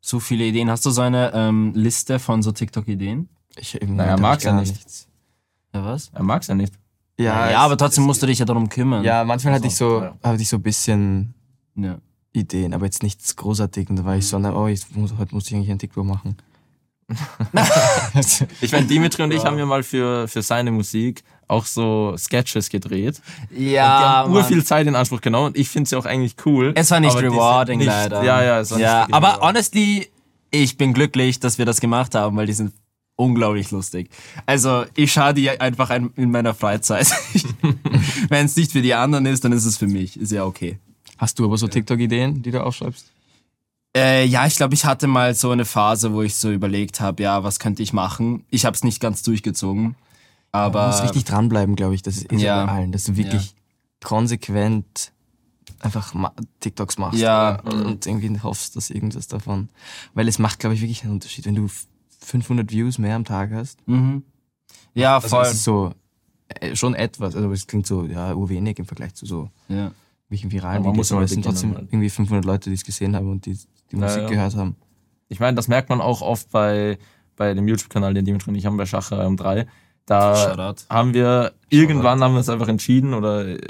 [SPEAKER 2] So viele Ideen. Hast du so eine ähm, Liste von so TikTok-Ideen?
[SPEAKER 5] Ich eben.
[SPEAKER 1] Naja,
[SPEAKER 5] hab ich
[SPEAKER 1] mag's ja
[SPEAKER 5] gar
[SPEAKER 1] nicht.
[SPEAKER 5] nichts.
[SPEAKER 2] Ja, was?
[SPEAKER 1] Er mag's ja nicht.
[SPEAKER 5] Ja,
[SPEAKER 2] ja,
[SPEAKER 5] es-
[SPEAKER 2] aber trotzdem musst du dich ja darum kümmern.
[SPEAKER 5] Ja, manchmal hatte ich so,
[SPEAKER 1] ja.
[SPEAKER 5] hatte ich so ein bisschen
[SPEAKER 2] ja.
[SPEAKER 5] Ideen, aber jetzt nichts großartig. Und da war ich so, na, oh, jetzt muss, heute muss ich eigentlich einen TikTok machen.
[SPEAKER 1] Ich meine, Dimitri und ich haben ja mal für, für seine Musik auch so Sketches gedreht. Die
[SPEAKER 2] Ja,
[SPEAKER 1] haben ur viel Zeit in Anspruch genommen und ich finde sie auch eigentlich cool.
[SPEAKER 2] Ah, Es war nicht
[SPEAKER 1] Aber die sind
[SPEAKER 2] rewarding,
[SPEAKER 1] nicht-
[SPEAKER 2] leider.
[SPEAKER 1] Ja, ja, es war
[SPEAKER 2] ja
[SPEAKER 1] nicht
[SPEAKER 2] aber
[SPEAKER 1] rewarding.
[SPEAKER 2] honestly, ich bin glücklich, dass wir das gemacht haben, weil die sind unglaublich lustig. Also, ich schaue die einfach ein- in meiner Freizeit. Wenn es nicht für die anderen ist, dann ist es für mich. Ist ja okay.
[SPEAKER 5] Hast du aber so TikTok-Ideen, die du aufschreibst?
[SPEAKER 2] Äh, ja, ich glaube, ich hatte mal so eine Phase, wo ich so überlegt habe, ja, was könnte ich machen? Ich habe es nicht ganz durchgezogen, aber
[SPEAKER 5] Du musst richtig dranbleiben, glaube ich. Das ist eh so
[SPEAKER 2] Ja.
[SPEAKER 5] bei allen, dass du wirklich konsequent einfach ma- TikToks machst.
[SPEAKER 2] Ja.
[SPEAKER 5] Und, und irgendwie hoffst, dass irgendwas davon. Weil es macht, glaube ich, wirklich einen Unterschied. Wenn du f- 500 Views mehr am Tag hast,
[SPEAKER 2] mhm. ja,
[SPEAKER 5] also
[SPEAKER 2] voll.
[SPEAKER 5] es ist so äh, schon etwas. Also, aber es klingt so, ja, urwenig im Vergleich zu so
[SPEAKER 2] ja.
[SPEAKER 5] welchen viralen
[SPEAKER 1] Aber man muss
[SPEAKER 5] Videos. Aber
[SPEAKER 1] mal
[SPEAKER 5] es sind
[SPEAKER 1] beginnen
[SPEAKER 5] trotzdem
[SPEAKER 1] halt.
[SPEAKER 5] irgendwie 500 Leute, die es gesehen haben und die die
[SPEAKER 1] Ja,
[SPEAKER 5] Musik
[SPEAKER 1] ja.
[SPEAKER 5] gehört haben.
[SPEAKER 1] Ich meine, das merkt man auch oft bei, bei dem YouTube-Kanal, den Dimitri und ich haben, bei Schach um 3. Da
[SPEAKER 2] Shoutout.
[SPEAKER 1] haben wir irgendwann haben wir uns einfach entschieden oder äh,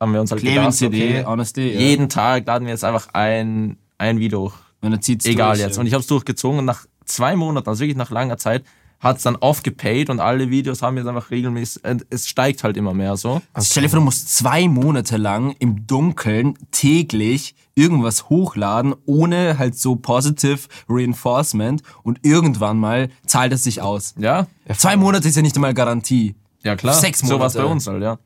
[SPEAKER 1] haben wir uns halt
[SPEAKER 2] Clemens
[SPEAKER 1] gedacht,
[SPEAKER 2] Idee,
[SPEAKER 1] okay,
[SPEAKER 2] honestly. Ja.
[SPEAKER 1] jeden Tag laden wir jetzt einfach ein, ein Video hoch.
[SPEAKER 2] Und dann zieht's
[SPEAKER 1] Egal
[SPEAKER 2] durch,
[SPEAKER 1] jetzt.
[SPEAKER 2] ja.
[SPEAKER 1] Und ich habe es durchgezogen und nach zwei Monaten, also wirklich nach langer Zeit, hat es dann aufgepaid und alle Videos haben jetzt einfach regelmäßig, äh, es steigt halt immer mehr so.
[SPEAKER 2] Stell dir vor, du musst zwei Monate lang im Dunkeln täglich irgendwas hochladen, ohne halt so positive Reinforcement und irgendwann mal zahlt es sich aus.
[SPEAKER 1] Ja,
[SPEAKER 2] Zwei Monate ist ja nicht einmal Garantie.
[SPEAKER 1] ja klar.
[SPEAKER 2] Sechs
[SPEAKER 1] So war es bei
[SPEAKER 2] Monate.
[SPEAKER 1] uns halt, ja.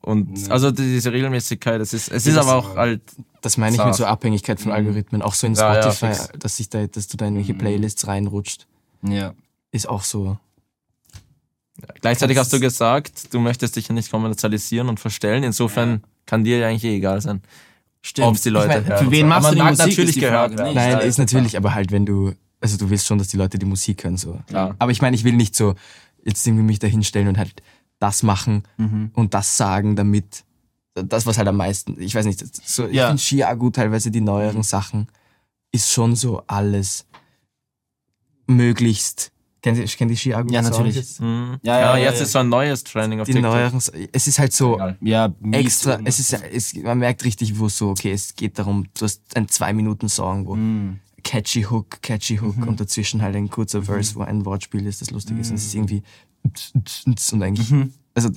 [SPEAKER 1] Und also diese Regelmäßigkeit, es ist, es ist
[SPEAKER 5] das-
[SPEAKER 1] aber
[SPEAKER 2] äh,
[SPEAKER 1] auch halt,
[SPEAKER 5] Das meine ich mit
[SPEAKER 1] Saß.
[SPEAKER 5] so Abhängigkeit von Algorithmen. Auch so in
[SPEAKER 1] Mhm. Ja, ja,
[SPEAKER 5] Spotify,
[SPEAKER 1] fix. Mhm.
[SPEAKER 5] dass, sich da, dass du da in welche Playlists reinrutscht,
[SPEAKER 2] Ja.
[SPEAKER 5] ist auch so.
[SPEAKER 1] gleichzeitig hast du gesagt, du möchtest dich ja nicht kommerzialisieren und verstellen. Insofern kann dir ja eigentlich eh egal sein,
[SPEAKER 2] Stimmt.
[SPEAKER 1] ob es die Leute
[SPEAKER 5] meine, für
[SPEAKER 1] hören.
[SPEAKER 2] wen
[SPEAKER 1] Aber
[SPEAKER 2] machst du
[SPEAKER 1] man
[SPEAKER 2] die
[SPEAKER 1] mag
[SPEAKER 2] Musik,
[SPEAKER 1] natürlich
[SPEAKER 2] ist die
[SPEAKER 1] gehört
[SPEAKER 2] Frage,
[SPEAKER 1] werden.
[SPEAKER 2] ne?
[SPEAKER 5] Nein,
[SPEAKER 2] Ja,
[SPEAKER 5] ist natürlich, aber halt, wenn du, also du willst schon, dass die Leute die Musik hören, so.
[SPEAKER 1] Klar.
[SPEAKER 5] Aber ich meine, ich will nicht so jetzt irgendwie mich da hinstellen und halt das machen
[SPEAKER 2] Mhm.
[SPEAKER 5] und das sagen, damit das, was halt am meisten, ich weiß nicht, so, ich
[SPEAKER 2] Ja. Mhm.
[SPEAKER 5] finde Chiago teilweise die neueren Sachen, ist schon so alles möglichst. Kennt ihr, kennt ihr Chiago?
[SPEAKER 2] Ja,
[SPEAKER 5] Songs?
[SPEAKER 2] natürlich.
[SPEAKER 1] Mhm. Ja,
[SPEAKER 2] Ja, ja, ja,
[SPEAKER 1] jetzt
[SPEAKER 2] ja.
[SPEAKER 1] ist so ein neues Training auf
[SPEAKER 5] Die
[SPEAKER 1] TikTok.
[SPEAKER 5] neueren, es ist halt so,
[SPEAKER 1] Egal.
[SPEAKER 2] Ja, mies
[SPEAKER 5] extra,
[SPEAKER 2] tun.
[SPEAKER 5] es ist, es, man merkt richtig, wo es so, okay, es geht darum, du hast einen zwei Minuten Song, wo
[SPEAKER 2] Mm.
[SPEAKER 5] catchy Hook, catchy Hook
[SPEAKER 2] Mhm.
[SPEAKER 5] und dazwischen halt ein kurzer Verse, wo ein Wortspiel ist, das lustig ist und es ist
[SPEAKER 2] Mm.
[SPEAKER 5] irgendwie und eigentlich,
[SPEAKER 2] Mhm.
[SPEAKER 5] also,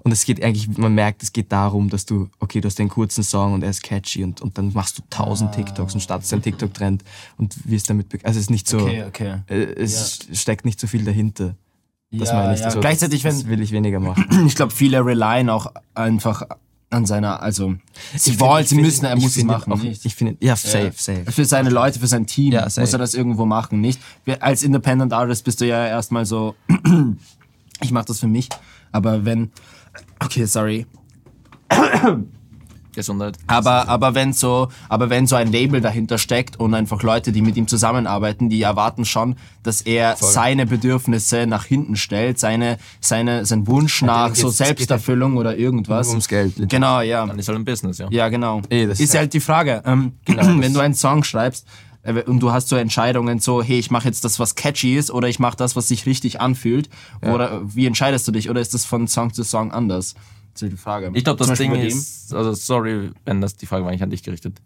[SPEAKER 5] und es geht eigentlich, man merkt, es geht darum, dass du, okay, du hast den kurzen Song und er ist catchy und, und dann machst du
[SPEAKER 2] Ah.
[SPEAKER 5] tausend TikToks und startest einen TikTok-Trend und wirst damit, be- also es ist nicht so,
[SPEAKER 2] Okay, okay.
[SPEAKER 5] äh, es steckt nicht so viel dahinter. Das
[SPEAKER 2] Ja,
[SPEAKER 5] meine ich.
[SPEAKER 2] ja.
[SPEAKER 5] Also,
[SPEAKER 2] Gleichzeitig,
[SPEAKER 5] das
[SPEAKER 2] wenn-
[SPEAKER 5] will ich weniger machen.
[SPEAKER 2] Ich glaube, viele relyen auch einfach an seiner, also sie
[SPEAKER 5] Ich
[SPEAKER 2] wollen,
[SPEAKER 5] find-
[SPEAKER 2] sie
[SPEAKER 5] ich
[SPEAKER 2] müssen, er
[SPEAKER 5] find- ich
[SPEAKER 2] muss es
[SPEAKER 5] find ihn
[SPEAKER 2] machen.
[SPEAKER 5] Auch,
[SPEAKER 2] nicht.
[SPEAKER 5] ich finde, ja, safe, safe.
[SPEAKER 2] Für seine Leute, für sein Team
[SPEAKER 5] Ja,
[SPEAKER 2] muss
[SPEAKER 5] safe.
[SPEAKER 2] er das irgendwo machen, nicht? Wir- Als Independent Artist bist du ja erstmal so, ich mache das für mich. Aber wenn, okay, sorry,
[SPEAKER 1] Gesundheit.
[SPEAKER 2] aber aber wenn so, aber wenn so ein Label dahinter steckt und einfach Leute, die mit ihm zusammenarbeiten, die erwarten schon, dass er seine Bedürfnisse nach hinten stellt, seine seine sein Wunsch nach
[SPEAKER 5] denen
[SPEAKER 2] so
[SPEAKER 5] geht's- es geht halt
[SPEAKER 2] Selbsterfüllung oder irgendwas.
[SPEAKER 5] ums Geld, ne? legit.
[SPEAKER 2] Genau, ja.
[SPEAKER 1] Dann ist halt ein Business, ja.
[SPEAKER 2] Ja, genau.
[SPEAKER 5] Eh, das
[SPEAKER 2] ist
[SPEAKER 5] ist halt-
[SPEAKER 2] halt die Frage. Ähm,
[SPEAKER 1] Genau,
[SPEAKER 2] wenn du einen Song schreibst äh, und du hast so Entscheidungen, so, hey, ich mache jetzt das, was catchy ist, oder ich mache das, was sich richtig anfühlt, oder äh, wie entscheidest du dich, oder ist das von Song zu Song anders? Das ist halt die Frage.
[SPEAKER 1] Ich glaube,
[SPEAKER 2] Zum
[SPEAKER 1] das
[SPEAKER 2] Beispiel
[SPEAKER 1] Ding
[SPEAKER 2] bei dem.
[SPEAKER 1] ist, also sorry, wenn das die Frage war eigentlich an dich gerichtet.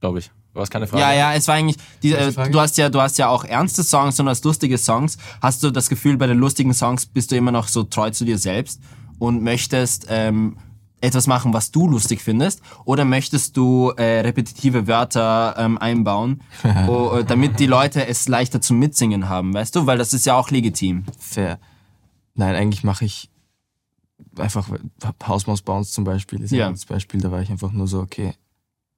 [SPEAKER 1] Glaube ich. Du hast keine Frage.
[SPEAKER 2] Ja, ja, es war eigentlich, die, äh,
[SPEAKER 5] Frage?
[SPEAKER 2] du hast ja, du hast ja auch ernste Songs und du hast lustige Songs. Hast du das Gefühl, bei den lustigen Songs bist du immer noch so treu zu dir selbst und möchtest ähm, etwas machen, was du lustig findest? Oder möchtest du äh, repetitive Wörter ähm, einbauen, wo, äh, damit die Leute es leichter zum Mitsingen haben, weißt du? Weil das ist ja auch legitim.
[SPEAKER 5] Fair. Nein, eigentlich mache ich einfach Hausmaus Bounce zum Beispiel ist
[SPEAKER 2] Ja.
[SPEAKER 5] ja. das Beispiel, da war ich einfach nur so, okay.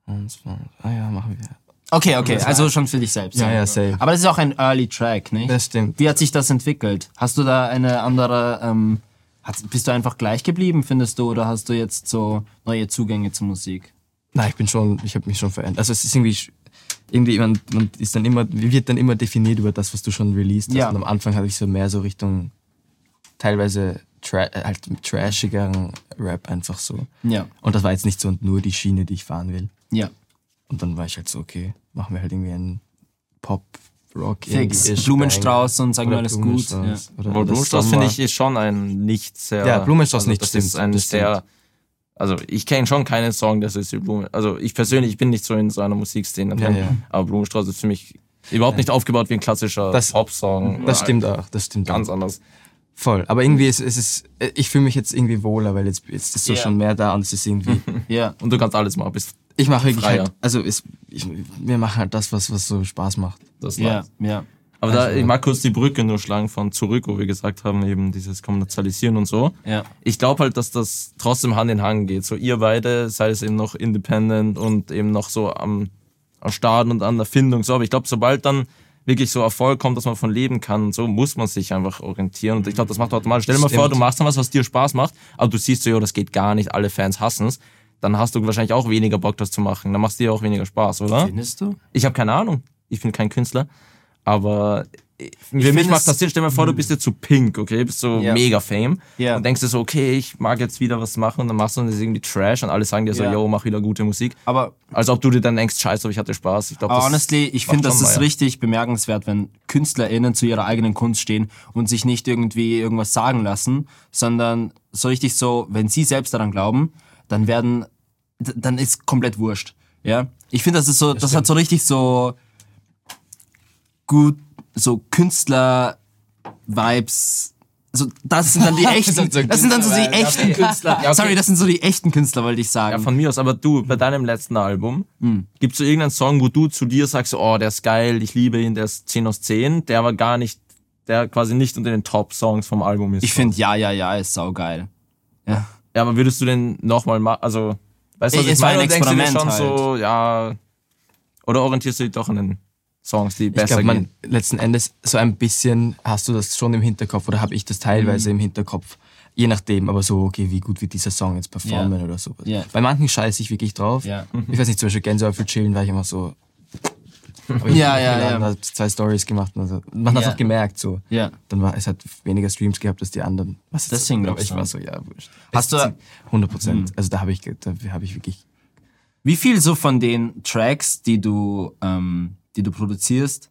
[SPEAKER 5] Bounce, Bounce. Ah ja, machen wir.
[SPEAKER 2] Okay, okay, also schon für dich selbst.
[SPEAKER 5] Ja, ja, safe.
[SPEAKER 2] Aber das ist auch ein Early Track, nicht?
[SPEAKER 5] Das stimmt.
[SPEAKER 2] Wie hat sich das entwickelt? Hast du da eine andere, ähm, hat, bist du einfach gleich geblieben, findest du, oder hast du jetzt so neue Zugänge zur Musik?
[SPEAKER 5] Nein, ich bin schon, ich habe mich schon verändert. Also es ist irgendwie, sch- irgendwie man, man ist dann immer, wird dann immer definiert über das, was du schon released hast.
[SPEAKER 2] Ja.
[SPEAKER 5] Und am Anfang hatte ich so mehr so Richtung teilweise tra äh, halt trashigeren Rap einfach so.
[SPEAKER 2] Ja.
[SPEAKER 5] Und das war jetzt nicht so und nur die Schiene, die ich fahren will.
[SPEAKER 2] Ja.
[SPEAKER 5] Und dann war ich halt so, okay, machen wir halt irgendwie einen Pop, Rock,
[SPEAKER 2] Fix.
[SPEAKER 5] irgendwas.
[SPEAKER 2] Blumenstrauß und sagen wir
[SPEAKER 5] Oder
[SPEAKER 2] alles gut. Ja.
[SPEAKER 5] Blumenstrauß. Oder
[SPEAKER 1] Obwohl
[SPEAKER 5] oder
[SPEAKER 1] Blumenstrauß
[SPEAKER 5] Sommer.
[SPEAKER 1] finde ich ist schon ein nicht sehr. also
[SPEAKER 5] Ja, Blumenstrauß nicht,
[SPEAKER 1] das Ist
[SPEAKER 5] stimmt,
[SPEAKER 1] ein
[SPEAKER 5] das
[SPEAKER 1] sehr.
[SPEAKER 5] stimmt.
[SPEAKER 1] Also ich kenne schon keinen Song, das ist die Blume. Also ich persönlich bin nicht so in so einer Musikszene drin,
[SPEAKER 5] Ja, ja.
[SPEAKER 1] aber Blumenstrauß ist für mich überhaupt nicht aufgebaut wie ein klassischer
[SPEAKER 5] Das-
[SPEAKER 1] Pop-Song.
[SPEAKER 5] Das
[SPEAKER 1] oder
[SPEAKER 5] stimmt auch, das stimmt
[SPEAKER 1] Ganz
[SPEAKER 5] auch.
[SPEAKER 1] anders.
[SPEAKER 5] Voll. Aber irgendwie ist es, ist, ich fühle mich jetzt irgendwie wohler, weil jetzt, jetzt ist so
[SPEAKER 2] Ja.
[SPEAKER 5] schon mehr da und es ist irgendwie,
[SPEAKER 2] Ja.
[SPEAKER 1] Und du kannst alles machen, bis
[SPEAKER 5] ich mache wirklich
[SPEAKER 1] Freier.
[SPEAKER 5] halt, also es, ich, wir machen halt das, was, was so Spaß macht.
[SPEAKER 1] das
[SPEAKER 2] Ja.
[SPEAKER 1] läuft.
[SPEAKER 2] Ja.
[SPEAKER 1] Aber
[SPEAKER 5] Also-
[SPEAKER 1] da, ich mag kurz die Brücke nur schlagen von zurück, wo wir gesagt haben, eben dieses Kommerzialisieren und so.
[SPEAKER 2] Ja.
[SPEAKER 1] Ich glaube halt, dass das trotzdem Hand in Hand geht. So ihr beide, sei es eben noch independent und eben noch so am, am Starten und an der Findung. So, aber ich glaube, sobald dann wirklich so Erfolg kommt, dass man von leben kann, und so muss man sich einfach orientieren. Und ich glaube, das macht automatisch. Stell dir mal vor,
[SPEAKER 5] Stimmt.
[SPEAKER 1] du machst dann was, was dir Spaß macht, aber du siehst so, ja, das geht gar nicht, alle Fans hassen es. Dann hast du wahrscheinlich auch weniger Bock, das zu machen. Dann machst du dir auch weniger Spaß, oder?
[SPEAKER 2] Findest du?
[SPEAKER 1] Ich habe keine Ahnung. Ich bin kein Künstler. Aber für mich
[SPEAKER 2] find
[SPEAKER 1] macht
[SPEAKER 2] es-
[SPEAKER 1] das Sinn. Stell dir mal vor, du bist jetzt so pink, okay? Bist so
[SPEAKER 2] hm. Ja.
[SPEAKER 1] mega fame.
[SPEAKER 2] Ja.
[SPEAKER 1] Und denkst dir so, okay, ich mag jetzt wieder was machen. Und dann machst du und das ist irgendwie Trash. Und alle sagen dir so,
[SPEAKER 2] Ja.
[SPEAKER 1] yo, mach wieder gute Musik.
[SPEAKER 2] Aber
[SPEAKER 1] Als ob du dir dann denkst, scheiße, aber ich hatte Spaß. Ich glaube,
[SPEAKER 2] Aber honestly, ich
[SPEAKER 1] macht
[SPEAKER 2] finde, das
[SPEAKER 1] schon
[SPEAKER 2] ist
[SPEAKER 1] Meier.
[SPEAKER 2] richtig bemerkenswert, wenn KünstlerInnen zu ihrer eigenen Kunst stehen und sich nicht irgendwie irgendwas sagen lassen, sondern so richtig so, wenn sie selbst daran glauben, dann werden, d- dann ist komplett wurscht. Ja? Ich finde, das ist so, das hat so richtig so gut, so Künstler, Vibes. So, das sind dann die echten,
[SPEAKER 5] sind so
[SPEAKER 2] das sind dann so die
[SPEAKER 5] Künstler, ja,
[SPEAKER 2] echten Künstler.
[SPEAKER 1] Ja, okay.
[SPEAKER 2] Sorry, das sind so die echten Künstler, wollte ich sagen.
[SPEAKER 1] Ja, von mir aus. Aber du,
[SPEAKER 2] Hm.
[SPEAKER 1] bei deinem letzten Album, gibt's so irgendeinen Song, wo du zu dir sagst, oh, der ist geil, ich liebe ihn, der ist 10 aus 10, der aber gar nicht, der quasi nicht unter den Top-Songs vom Album ist.
[SPEAKER 2] ich finde, ja, ja, ja, ist saugeil. Ja.
[SPEAKER 1] Ja, aber würdest du den nochmal machen? Also, weißt du, was
[SPEAKER 2] Es
[SPEAKER 1] ich
[SPEAKER 2] war
[SPEAKER 1] meine?
[SPEAKER 2] ein
[SPEAKER 1] Oder denkst du dir schon
[SPEAKER 2] Experiment
[SPEAKER 1] so,
[SPEAKER 5] halt.
[SPEAKER 1] ja. Oder orientierst du dich doch an den Songs, die
[SPEAKER 5] Ich
[SPEAKER 1] besser
[SPEAKER 5] glaube, man
[SPEAKER 1] gehen?
[SPEAKER 5] letzten Endes so ein bisschen hast du das schon im Hinterkopf oder habe ich das teilweise
[SPEAKER 2] Mhm.
[SPEAKER 5] im Hinterkopf. Je nachdem, aber so, okay, wie gut wird dieser Song jetzt performen
[SPEAKER 2] Ja.
[SPEAKER 5] oder sowas.
[SPEAKER 2] Ja.
[SPEAKER 5] Bei manchen scheiße ich wirklich drauf.
[SPEAKER 2] Ja.
[SPEAKER 5] Ich weiß nicht, zum Beispiel Gänsehaut für Chillen war ich immer so. Aber ich
[SPEAKER 2] Ja,
[SPEAKER 5] hab
[SPEAKER 2] ja,
[SPEAKER 5] geladen,
[SPEAKER 2] ja.
[SPEAKER 5] hab zwei Stories gemacht. Und also, man hat
[SPEAKER 2] Ja.
[SPEAKER 5] auch gemerkt, so.
[SPEAKER 2] Ja.
[SPEAKER 5] Dann war es hat weniger Streams gehabt als die anderen. Was jetzt-
[SPEAKER 2] Deswegen
[SPEAKER 5] aber
[SPEAKER 2] glaubst
[SPEAKER 5] ich
[SPEAKER 2] du.
[SPEAKER 5] war so, ja, wurscht.
[SPEAKER 2] Hast
[SPEAKER 5] Es-
[SPEAKER 2] du- Hm.
[SPEAKER 5] 100 Prozent. Also da habe ich, ge- da habe ich wirklich
[SPEAKER 2] Wie viel so von den Tracks, die du, ähm, die du produzierst,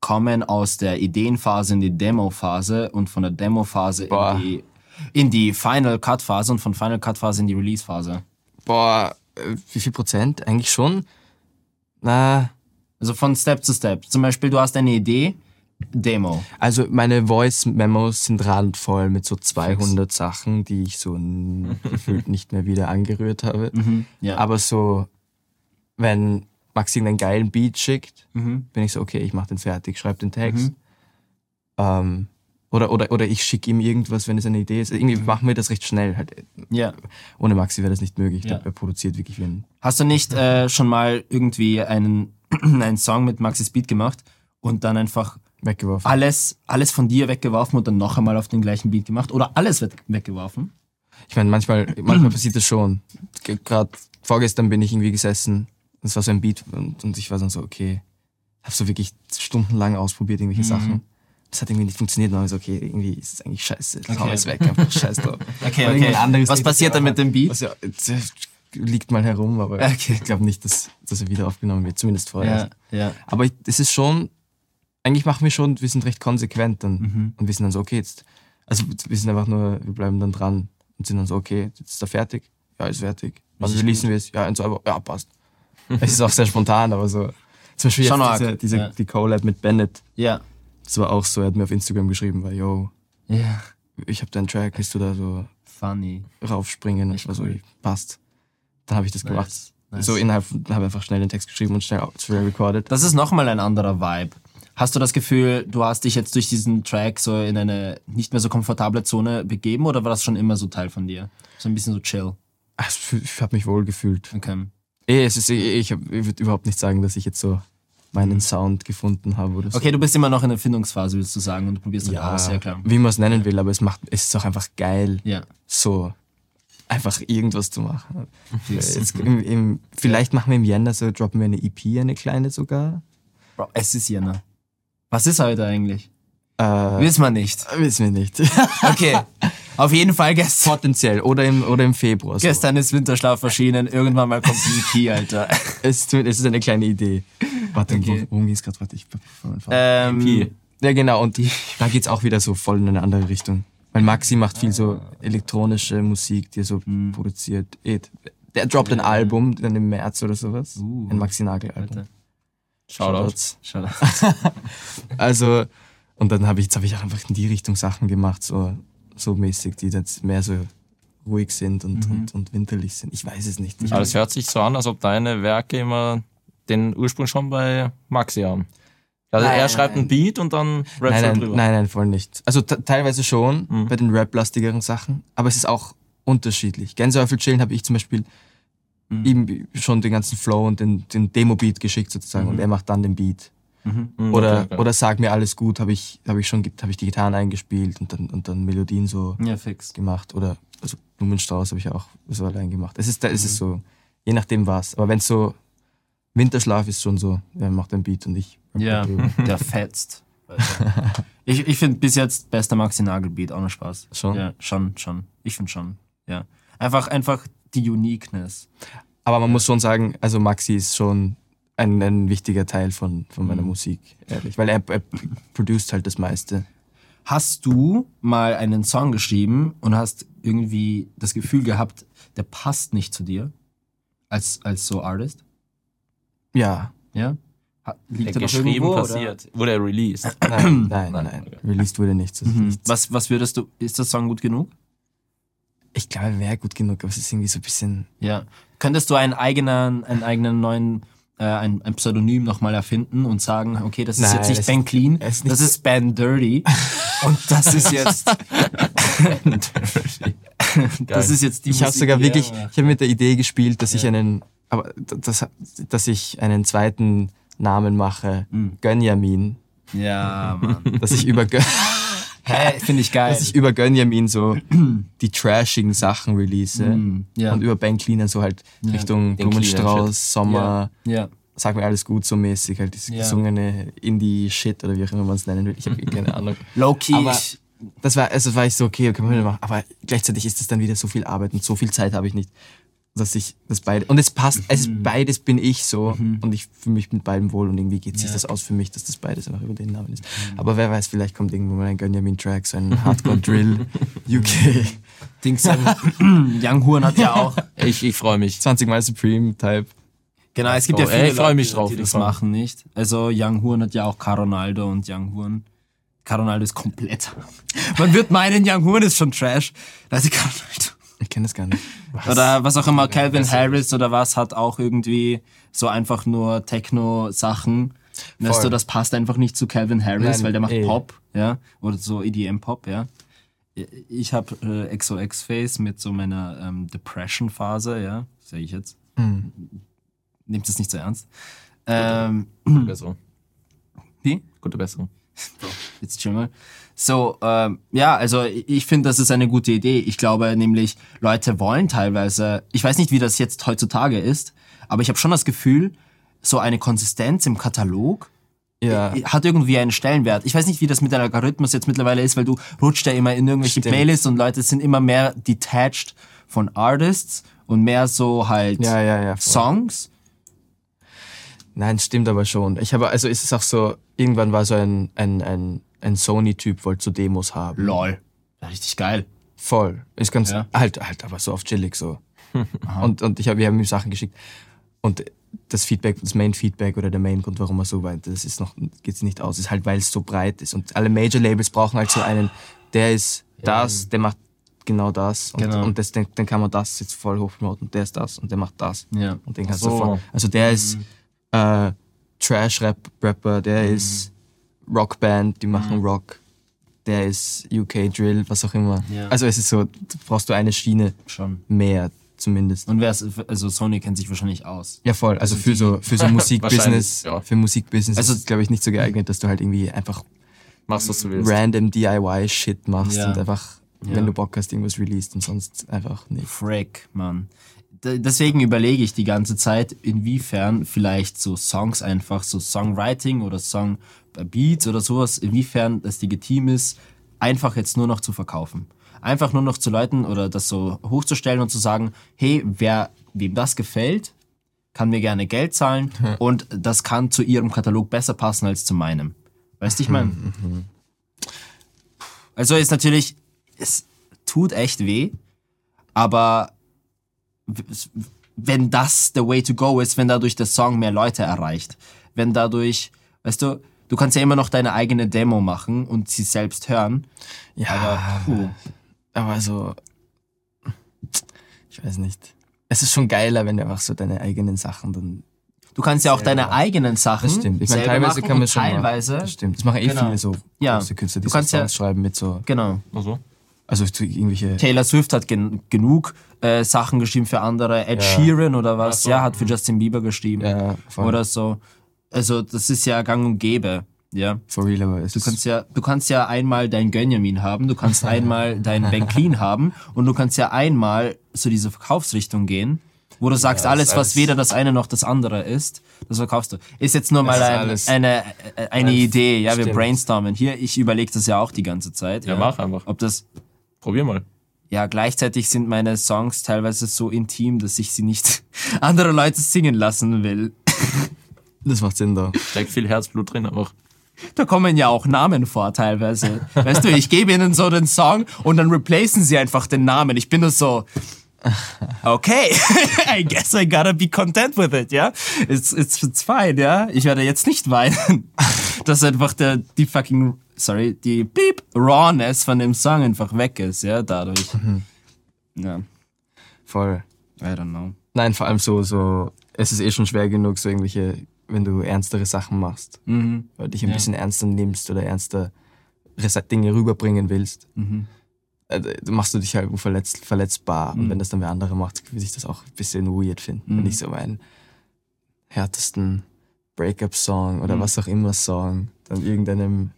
[SPEAKER 2] kommen aus der Ideenphase in die Demo-Phase und von der Demo-Phase
[SPEAKER 5] Boah.
[SPEAKER 2] in die, in die Final-Cut-Phase und von Final-Cut-Phase in die Release-Phase?
[SPEAKER 5] Boah, äh, wie viel Prozent? Eigentlich schon. Na,
[SPEAKER 2] Also von Step zu Step. Zum Beispiel, du hast eine Idee, Demo.
[SPEAKER 5] also meine Voice-Memos sind randvoll mit so 200 Sachen, die ich so n- gefühlt nicht mehr wieder angerührt habe.
[SPEAKER 2] Mhm. Ja.
[SPEAKER 5] Aber so, wenn Max irgendeinen geilen Beat schickt,
[SPEAKER 2] Mhm.
[SPEAKER 5] bin ich so, okay, ich mach den fertig, schreib den Text. Ähm, oder, oder, oder ich schicke ihm irgendwas, wenn es eine Idee ist.
[SPEAKER 2] Mhm.
[SPEAKER 5] Irgendwie machen wir das recht schnell. Halt.
[SPEAKER 2] ja.
[SPEAKER 5] Ohne Maxi wäre das nicht möglich. Ich
[SPEAKER 2] Ja.
[SPEAKER 5] glaub, Er produziert wirklich wie ein
[SPEAKER 2] Hast du nicht äh, schon mal irgendwie einen, einen Song mit Maxi Speed gemacht und dann einfach
[SPEAKER 5] weggeworfen.
[SPEAKER 2] alles, alles von dir weggeworfen und dann noch einmal auf den gleichen Beat gemacht? Oder alles wird weggeworfen?
[SPEAKER 5] Ich meine, manchmal, manchmal passiert das schon. Gerade vorgestern bin ich irgendwie gesessen, das war so ein Beat und, und ich war dann so, okay, habe so wirklich stundenlang ausprobiert, irgendwelche
[SPEAKER 2] Mhm.
[SPEAKER 5] Sachen. Das hat irgendwie nicht funktioniert und dann war ich so, okay, irgendwie ist es eigentlich scheiße. Das okay.
[SPEAKER 2] Okay.
[SPEAKER 5] hau jetzt weg, einfach scheiß drauf.
[SPEAKER 2] Okay,
[SPEAKER 5] Und irgendein anderes
[SPEAKER 2] Was
[SPEAKER 5] Lied,
[SPEAKER 2] passiert
[SPEAKER 5] das
[SPEAKER 2] dann
[SPEAKER 5] ja
[SPEAKER 2] mit dem Beat?
[SPEAKER 5] Was ja, das liegt mal herum, aber
[SPEAKER 2] Okay.
[SPEAKER 5] ich glaube nicht, dass, dass er wieder aufgenommen wird, zumindest vorher.
[SPEAKER 2] Ja, ja.
[SPEAKER 5] Aber ich- es ist schon, eigentlich machen wir schon, wir sind recht konsequent dann
[SPEAKER 2] Mhm.
[SPEAKER 5] und wissen dann so, okay, jetzt, also wir sind einfach nur, wir bleiben dann dran und sind dann so, okay, jetzt ist er fertig, ja, ist fertig.
[SPEAKER 2] Mhm.
[SPEAKER 5] Wann releasen wir es? Ja, in zwei Wochen, ja, passt. Es ist auch sehr spontan, aber so. Zum Beispiel
[SPEAKER 2] Schon arg,
[SPEAKER 5] jetzt diese, diese,
[SPEAKER 2] ja.
[SPEAKER 5] die Collab mit Bennett,
[SPEAKER 2] Ja.
[SPEAKER 5] das war auch so, er hat mir auf Instagram geschrieben, war, yo,
[SPEAKER 2] Ja.
[SPEAKER 5] ich habe deinen Track, willst du da so
[SPEAKER 2] Funny.
[SPEAKER 5] raufspringen? Und ich war so, passt. Dann habe ich das gemacht.
[SPEAKER 2] nice.
[SPEAKER 5] So innerhalb, von- habe einfach schnell den Text geschrieben und schnell, schnell recorded.
[SPEAKER 2] Das ist nochmal ein anderer Vibe. Hast du das Gefühl, du hast dich jetzt durch diesen Track so in eine nicht mehr so komfortable Zone begeben oder war das schon immer so Teil von dir? So ein bisschen so chill.
[SPEAKER 5] Ach, ich habe mich wohl gefühlt.
[SPEAKER 2] Okay.
[SPEAKER 5] Eh, es ist, eh, ich, hab- ich würde überhaupt nicht sagen, dass ich jetzt so meinen Sound gefunden habe oder so.
[SPEAKER 2] Okay, du bist immer noch in der Findungsphase, willst du sagen, und du probierst dann
[SPEAKER 5] ja,
[SPEAKER 2] aus, ja klar.
[SPEAKER 5] wie man es nennen will, aber es macht, es ist auch einfach geil,
[SPEAKER 2] Ja.
[SPEAKER 5] so einfach irgendwas zu machen. Jetzt im, im, vielleicht machen wir im Jänner so, droppen wir eine EP, eine kleine sogar.
[SPEAKER 2] Bro, es ist Jänner. Was ist heute eigentlich?
[SPEAKER 5] Äh,
[SPEAKER 2] Wissen wir nicht.
[SPEAKER 5] wissen wir nicht.
[SPEAKER 2] Okay. Auf jeden Fall gestern.
[SPEAKER 5] Potenziell oder im, oder im Februar. So.
[SPEAKER 2] Gestern ist Winterschlaf erschienen, irgendwann mal kommt die EP, Alter.
[SPEAKER 5] Es, ist, zumindest- es ist eine kleine Idee. Äh, Warte,
[SPEAKER 2] Okay.
[SPEAKER 5] wo- worum ging es gerade? Warte, ich. mein Faden.
[SPEAKER 2] Ähm,
[SPEAKER 5] Ja, genau. Und da geht's auch wieder so voll in eine andere Richtung. Weil Maxi macht viel so elektronische Musik, die er so produziert. Eh, Der droppt ein Album dann im März oder sowas. ein Maxi Nagel-Album. Shoutouts.
[SPEAKER 2] Schade.
[SPEAKER 5] Also, und dann habe ich, jetzt habe ich auch einfach in die Richtung Sachen gemacht, so, so mäßig, die jetzt mehr so ruhig sind und, und, und winterlich sind. Ich weiß es nicht. Ich
[SPEAKER 1] Aber es hört sich so an, als ob deine Werke immer den Ursprung schon bei Maxi haben. Also
[SPEAKER 5] Nein,
[SPEAKER 1] er schreibt
[SPEAKER 5] nein.
[SPEAKER 1] einen Beat und dann rappt
[SPEAKER 5] nein,
[SPEAKER 1] er
[SPEAKER 5] nein,
[SPEAKER 1] drüber.
[SPEAKER 5] nein, nein, voll nicht. Also te- teilweise schon bei den rap-lastigeren Sachen, aber es ist auch unterschiedlich. Gänseäufel chillen habe ich zum Beispiel ihm schon den ganzen Flow und den, den Demo-Beat geschickt sozusagen und er macht dann den Beat.
[SPEAKER 1] Mhm,
[SPEAKER 5] Oder,
[SPEAKER 1] okay, okay.
[SPEAKER 5] oder sag mir alles gut, habe ich, hab ich schon ge- hab ich die Gitarren eingespielt und dann, und dann Melodien so
[SPEAKER 2] Ja, fix.
[SPEAKER 5] gemacht. Oder also Blumenstrauß habe ich auch so allein gemacht. Es ist, da ist es so, je nachdem was. Aber wenn so Winterschlaf ist schon so, er macht den Beat und ich. rapp
[SPEAKER 2] Ja,
[SPEAKER 5] darüber.
[SPEAKER 2] der fetzt. Alter. Ich, ich finde bis jetzt bester Maxi Nagelbeat, auch noch Spaß.
[SPEAKER 5] Schon?
[SPEAKER 2] Ja, schon, schon. Ich finde schon. Ja. Einfach, einfach die Uniqueness.
[SPEAKER 5] Aber man muss schon sagen, also Maxi ist schon ein, ein wichtiger Teil von, von meiner
[SPEAKER 2] Mhm.
[SPEAKER 5] Musik, ehrlich. Weil er, er produziert halt das meiste.
[SPEAKER 2] Hast du mal einen Song geschrieben und hast irgendwie das Gefühl gehabt, der passt nicht zu dir? Als, als so Artist?
[SPEAKER 5] Ja.
[SPEAKER 2] Ja? Ha- Liegt er noch
[SPEAKER 1] geschrieben
[SPEAKER 2] irgendwo,
[SPEAKER 1] passiert. Wurde er released.
[SPEAKER 5] Nein, nein, nein.
[SPEAKER 1] okay.
[SPEAKER 5] Released wurde nichts. Also
[SPEAKER 2] Oder?
[SPEAKER 5] nichts.
[SPEAKER 2] Mhm. Was, was würdest du, ist der Song gut genug?
[SPEAKER 5] Ich glaube, wäre gut genug, aber es ist irgendwie so ein bisschen.
[SPEAKER 2] Ja. Könntest du einen eigenen, einen eigenen neuen, äh, ein, ein Pseudonym nochmal erfinden und sagen, okay, das ist
[SPEAKER 5] Nein,
[SPEAKER 2] jetzt nicht
[SPEAKER 5] es
[SPEAKER 2] Ben Clean,
[SPEAKER 5] es ist nicht
[SPEAKER 2] das ist Ben Dirty. und das ist jetzt, das ist jetzt die
[SPEAKER 5] Ich habe
[SPEAKER 2] Musik,
[SPEAKER 5] sogar
[SPEAKER 2] die er
[SPEAKER 5] wirklich,
[SPEAKER 2] macht.
[SPEAKER 5] ich habe mit der Idee gespielt, dass ich einen, aber das, dass ich einen zweiten Namen mache,
[SPEAKER 2] Mhm.
[SPEAKER 5] Gönjamin,
[SPEAKER 2] Ja, Mann.
[SPEAKER 5] dass ich über, Gön,
[SPEAKER 2] Hä, finde ich geil.
[SPEAKER 5] dass ich über Gönjamin so die trashigen Sachen release
[SPEAKER 2] Mm, ja.
[SPEAKER 5] und über Ben Cleaner so halt
[SPEAKER 1] den cleaneren
[SPEAKER 5] Richtung Blumenstrauß, Sommer,
[SPEAKER 2] ja.
[SPEAKER 5] sag mir alles gut so mäßig, halt dieses
[SPEAKER 2] Ja.
[SPEAKER 5] gesungene Indie-Shit oder wie auch immer man es nennen will. Ich habe keine Ahnung.
[SPEAKER 2] Low-key,
[SPEAKER 5] Aber-
[SPEAKER 2] ich-
[SPEAKER 5] Das war, also war ich so, okay, okay, können wir machen. Aber gleichzeitig ist es dann wieder so viel Arbeit und so viel Zeit habe ich nicht, dass ich das beide. Und es passt, es ist beides bin ich so und ich fühle mich mit beidem wohl und irgendwie geht sich das aus für mich, dass das beides einfach über den Namen ist. Aber wer weiß, vielleicht kommt irgendwo mal ein Gönjamin-Track, so ein Hardcore-Drill, UK,
[SPEAKER 2] Dings, ähm, Young Huren hat ja auch.
[SPEAKER 1] Ich, ich freue mich.
[SPEAKER 5] 20 Mal Supreme-Type.
[SPEAKER 2] Genau, es gibt
[SPEAKER 1] go.
[SPEAKER 2] ja viele
[SPEAKER 1] Ey, ich freu
[SPEAKER 2] Leute,
[SPEAKER 1] mich drauf,
[SPEAKER 2] die
[SPEAKER 1] ich
[SPEAKER 2] das
[SPEAKER 1] freu mich.
[SPEAKER 2] machen nicht. Also Young Huren hat ja auch Caronaldo und Young Huren. Caronaldo ist komplett. Man wird meinen, Young Huren ist schon Trash. Also Caronaldo.
[SPEAKER 5] Ich kenne das gar nicht.
[SPEAKER 2] Oder was auch immer, Calvin Harris oder was hat auch irgendwie so einfach nur Techno-Sachen. Weißt
[SPEAKER 5] Voll.
[SPEAKER 2] du, das passt einfach nicht zu Calvin Harris,
[SPEAKER 5] Nein,
[SPEAKER 2] weil der macht
[SPEAKER 5] eh.
[SPEAKER 2] Pop, ja, oder so E EDM-Pop, ja. Ich habe äh, XOX-Face mit so meiner ähm, Depression-Phase, ja, sage ich jetzt.
[SPEAKER 5] Hm.
[SPEAKER 2] Nehmt es nicht so ernst. Ähm,
[SPEAKER 1] Gute Besserung.
[SPEAKER 2] Wie?
[SPEAKER 1] also. Gute Besserung.
[SPEAKER 2] Jetzt chill mal. So, ähm, ja, also ich ich finde, das ist eine gute Idee. Ich glaube nämlich, Leute wollen teilweise, ich weiß nicht, wie das jetzt heutzutage ist, aber ich habe schon das Gefühl, so eine Konsistenz im Katalog äh,
[SPEAKER 5] Ja.
[SPEAKER 2] hat irgendwie einen Stellenwert. Ich weiß nicht, wie das mit dem Algorithmus jetzt mittlerweile ist, weil du rutscht ja immer in irgendwelche
[SPEAKER 5] Stimmt.
[SPEAKER 2] Playlists und Leute sind immer mehr detached von Artists und mehr so halt
[SPEAKER 5] Ja, ja, ja. voll.
[SPEAKER 2] Songs.
[SPEAKER 5] Nein, stimmt aber schon. Ich habe, also ist es auch so, irgendwann war so ein, ein, ein, ein Sony-Typ, wollte so Demos haben.
[SPEAKER 2] Lol. Richtig geil.
[SPEAKER 5] Voll. Ist ganz
[SPEAKER 2] Ja.
[SPEAKER 5] halt, halt, aber so auf chillig so. und und ich hab, wir haben ihm Sachen geschickt. Und das Feedback, das Main-Feedback oder der Main-Grund, warum er so weit, das ist noch, geht's nicht aus, ist halt, weil es so breit ist. Und alle Major-Labels brauchen halt so einen, der ist das, der macht genau das. Und,
[SPEAKER 2] Genau.
[SPEAKER 5] und das, dann, dann kann man das jetzt voll hochpromoten und der ist das und der macht das.
[SPEAKER 2] Ja.
[SPEAKER 5] Und den kannst
[SPEAKER 1] so.
[SPEAKER 5] du voll. Also der ist äh, Trash-Rap-Rapper, der ist Rockband, die machen Rock der ist UK Drill, was auch immer.
[SPEAKER 2] Ja.
[SPEAKER 5] Also es ist so, du brauchst du eine Schiene
[SPEAKER 2] Schon.
[SPEAKER 5] mehr zumindest.
[SPEAKER 2] Und wer ist, also Sony kennt sich wahrscheinlich aus.
[SPEAKER 5] ja voll, also für so für so Musikbusiness,
[SPEAKER 1] Wahrscheinlich, ja.
[SPEAKER 5] für Musikbusiness
[SPEAKER 2] Also-
[SPEAKER 5] also, ist es glaube ich nicht so geeignet, dass du halt irgendwie einfach
[SPEAKER 1] Machst, was du willst.
[SPEAKER 5] random DIY Shit machst
[SPEAKER 2] Ja.
[SPEAKER 5] und einfach wenn du Bock hast irgendwas released und sonst einfach nicht.
[SPEAKER 2] Frick, Mann. D deswegen überlege ich die ganze Zeit, inwiefern vielleicht so Songs einfach, so Songwriting oder Song äh, Beats oder sowas, inwiefern das legitim ist, einfach jetzt nur noch zu verkaufen. Einfach nur noch zu Leuten oder das so hochzustellen und zu sagen, hey, wer, wem das gefällt, kann mir gerne Geld zahlen und das kann zu ihrem Katalog besser passen als zu meinem. Weißt du, ich meine? Also ist natürlich, es tut echt weh, aber w- s- wenn das the way to go ist, wenn dadurch der Song mehr Leute erreicht, wenn dadurch, weißt du, du kannst ja immer noch deine eigene Demo machen und sie selbst hören, aber
[SPEAKER 5] Ja,
[SPEAKER 2] puh,
[SPEAKER 5] aber so ich weiß nicht. Es ist schon geiler, wenn du einfach so deine eigenen Sachen dann
[SPEAKER 2] du kannst ja auch deine eigenen Sachen
[SPEAKER 5] Das stimmt. Ich meine,
[SPEAKER 2] Hm? selber
[SPEAKER 5] teilweise
[SPEAKER 2] machen
[SPEAKER 5] kann man
[SPEAKER 2] und
[SPEAKER 5] schon. machen.
[SPEAKER 2] teilweise,
[SPEAKER 5] Das stimmt. Das machen eh
[SPEAKER 2] Genau.
[SPEAKER 5] viele so
[SPEAKER 2] Ja.
[SPEAKER 5] große Künstler, die
[SPEAKER 2] Du
[SPEAKER 5] so
[SPEAKER 2] kannst ja-
[SPEAKER 5] Songs schreiben mit so,
[SPEAKER 2] genau.
[SPEAKER 1] Also,
[SPEAKER 5] also zu irgendwelche
[SPEAKER 2] Taylor Swift hat gen genug äh, Sachen geschrieben für andere. Ed Sheeran oder was, ja, hat für Justin Bieber geschrieben
[SPEAKER 5] Ja, voll.
[SPEAKER 2] oder so. Also das ist ja gang und gäbe, ja.
[SPEAKER 5] For real, aber es
[SPEAKER 2] Du kannst ja, du kannst ja einmal dein Gönjamin haben, du kannst einmal dein Ben Clean haben und du kannst ja einmal so diese Verkaufsrichtung gehen, wo du sagst, alles, was weder das eine noch das andere ist, das verkaufst du. Ist jetzt nur mal
[SPEAKER 5] ist
[SPEAKER 2] ein,
[SPEAKER 5] alles-
[SPEAKER 2] eine, äh, eine Idee, ja, wir
[SPEAKER 5] stimmt.
[SPEAKER 2] brainstormen. Hier, ich überlege das ja auch die ganze Zeit.
[SPEAKER 1] ja, mach einfach.
[SPEAKER 2] Ob das,
[SPEAKER 1] Probier mal.
[SPEAKER 2] ja, gleichzeitig sind meine Songs teilweise so intim, dass ich sie nicht andere Leute singen lassen will.
[SPEAKER 5] das macht Sinn da.
[SPEAKER 1] Steckt viel Herzblut drin, aber auch.
[SPEAKER 2] Da kommen ja auch Namen vor teilweise. Weißt du, ich gebe ihnen so den Song und dann replacen sie einfach den Namen. Ich bin nur so, Okay, I guess I gotta be content with it, ja? It's, it's, it's fine, ja? Ich werde jetzt nicht weinen. Dass einfach der, die fucking, sorry, die beep, Rawness von dem Song einfach weg ist, ja? Dadurch. Ja,
[SPEAKER 5] Voll.
[SPEAKER 2] I don't know.
[SPEAKER 5] Nein, vor allem so, so, es ist eh schon schwer genug, so irgendwelche, wenn du ernstere Sachen machst,
[SPEAKER 2] Mhm,
[SPEAKER 5] weil dich ein bisschen ernster nimmst oder ernster Dinge rüberbringen willst.
[SPEAKER 2] mhm.
[SPEAKER 5] Äh, da machst du dich halt verletzt, verletzbar.
[SPEAKER 1] Mhm.
[SPEAKER 5] Und wenn das dann wer andere macht, würde ich das auch ein bisschen weird finden. Wenn ich so meinen härtesten Breakup-Song
[SPEAKER 1] Mhm.
[SPEAKER 5] oder was auch immer Song dann irgendeinem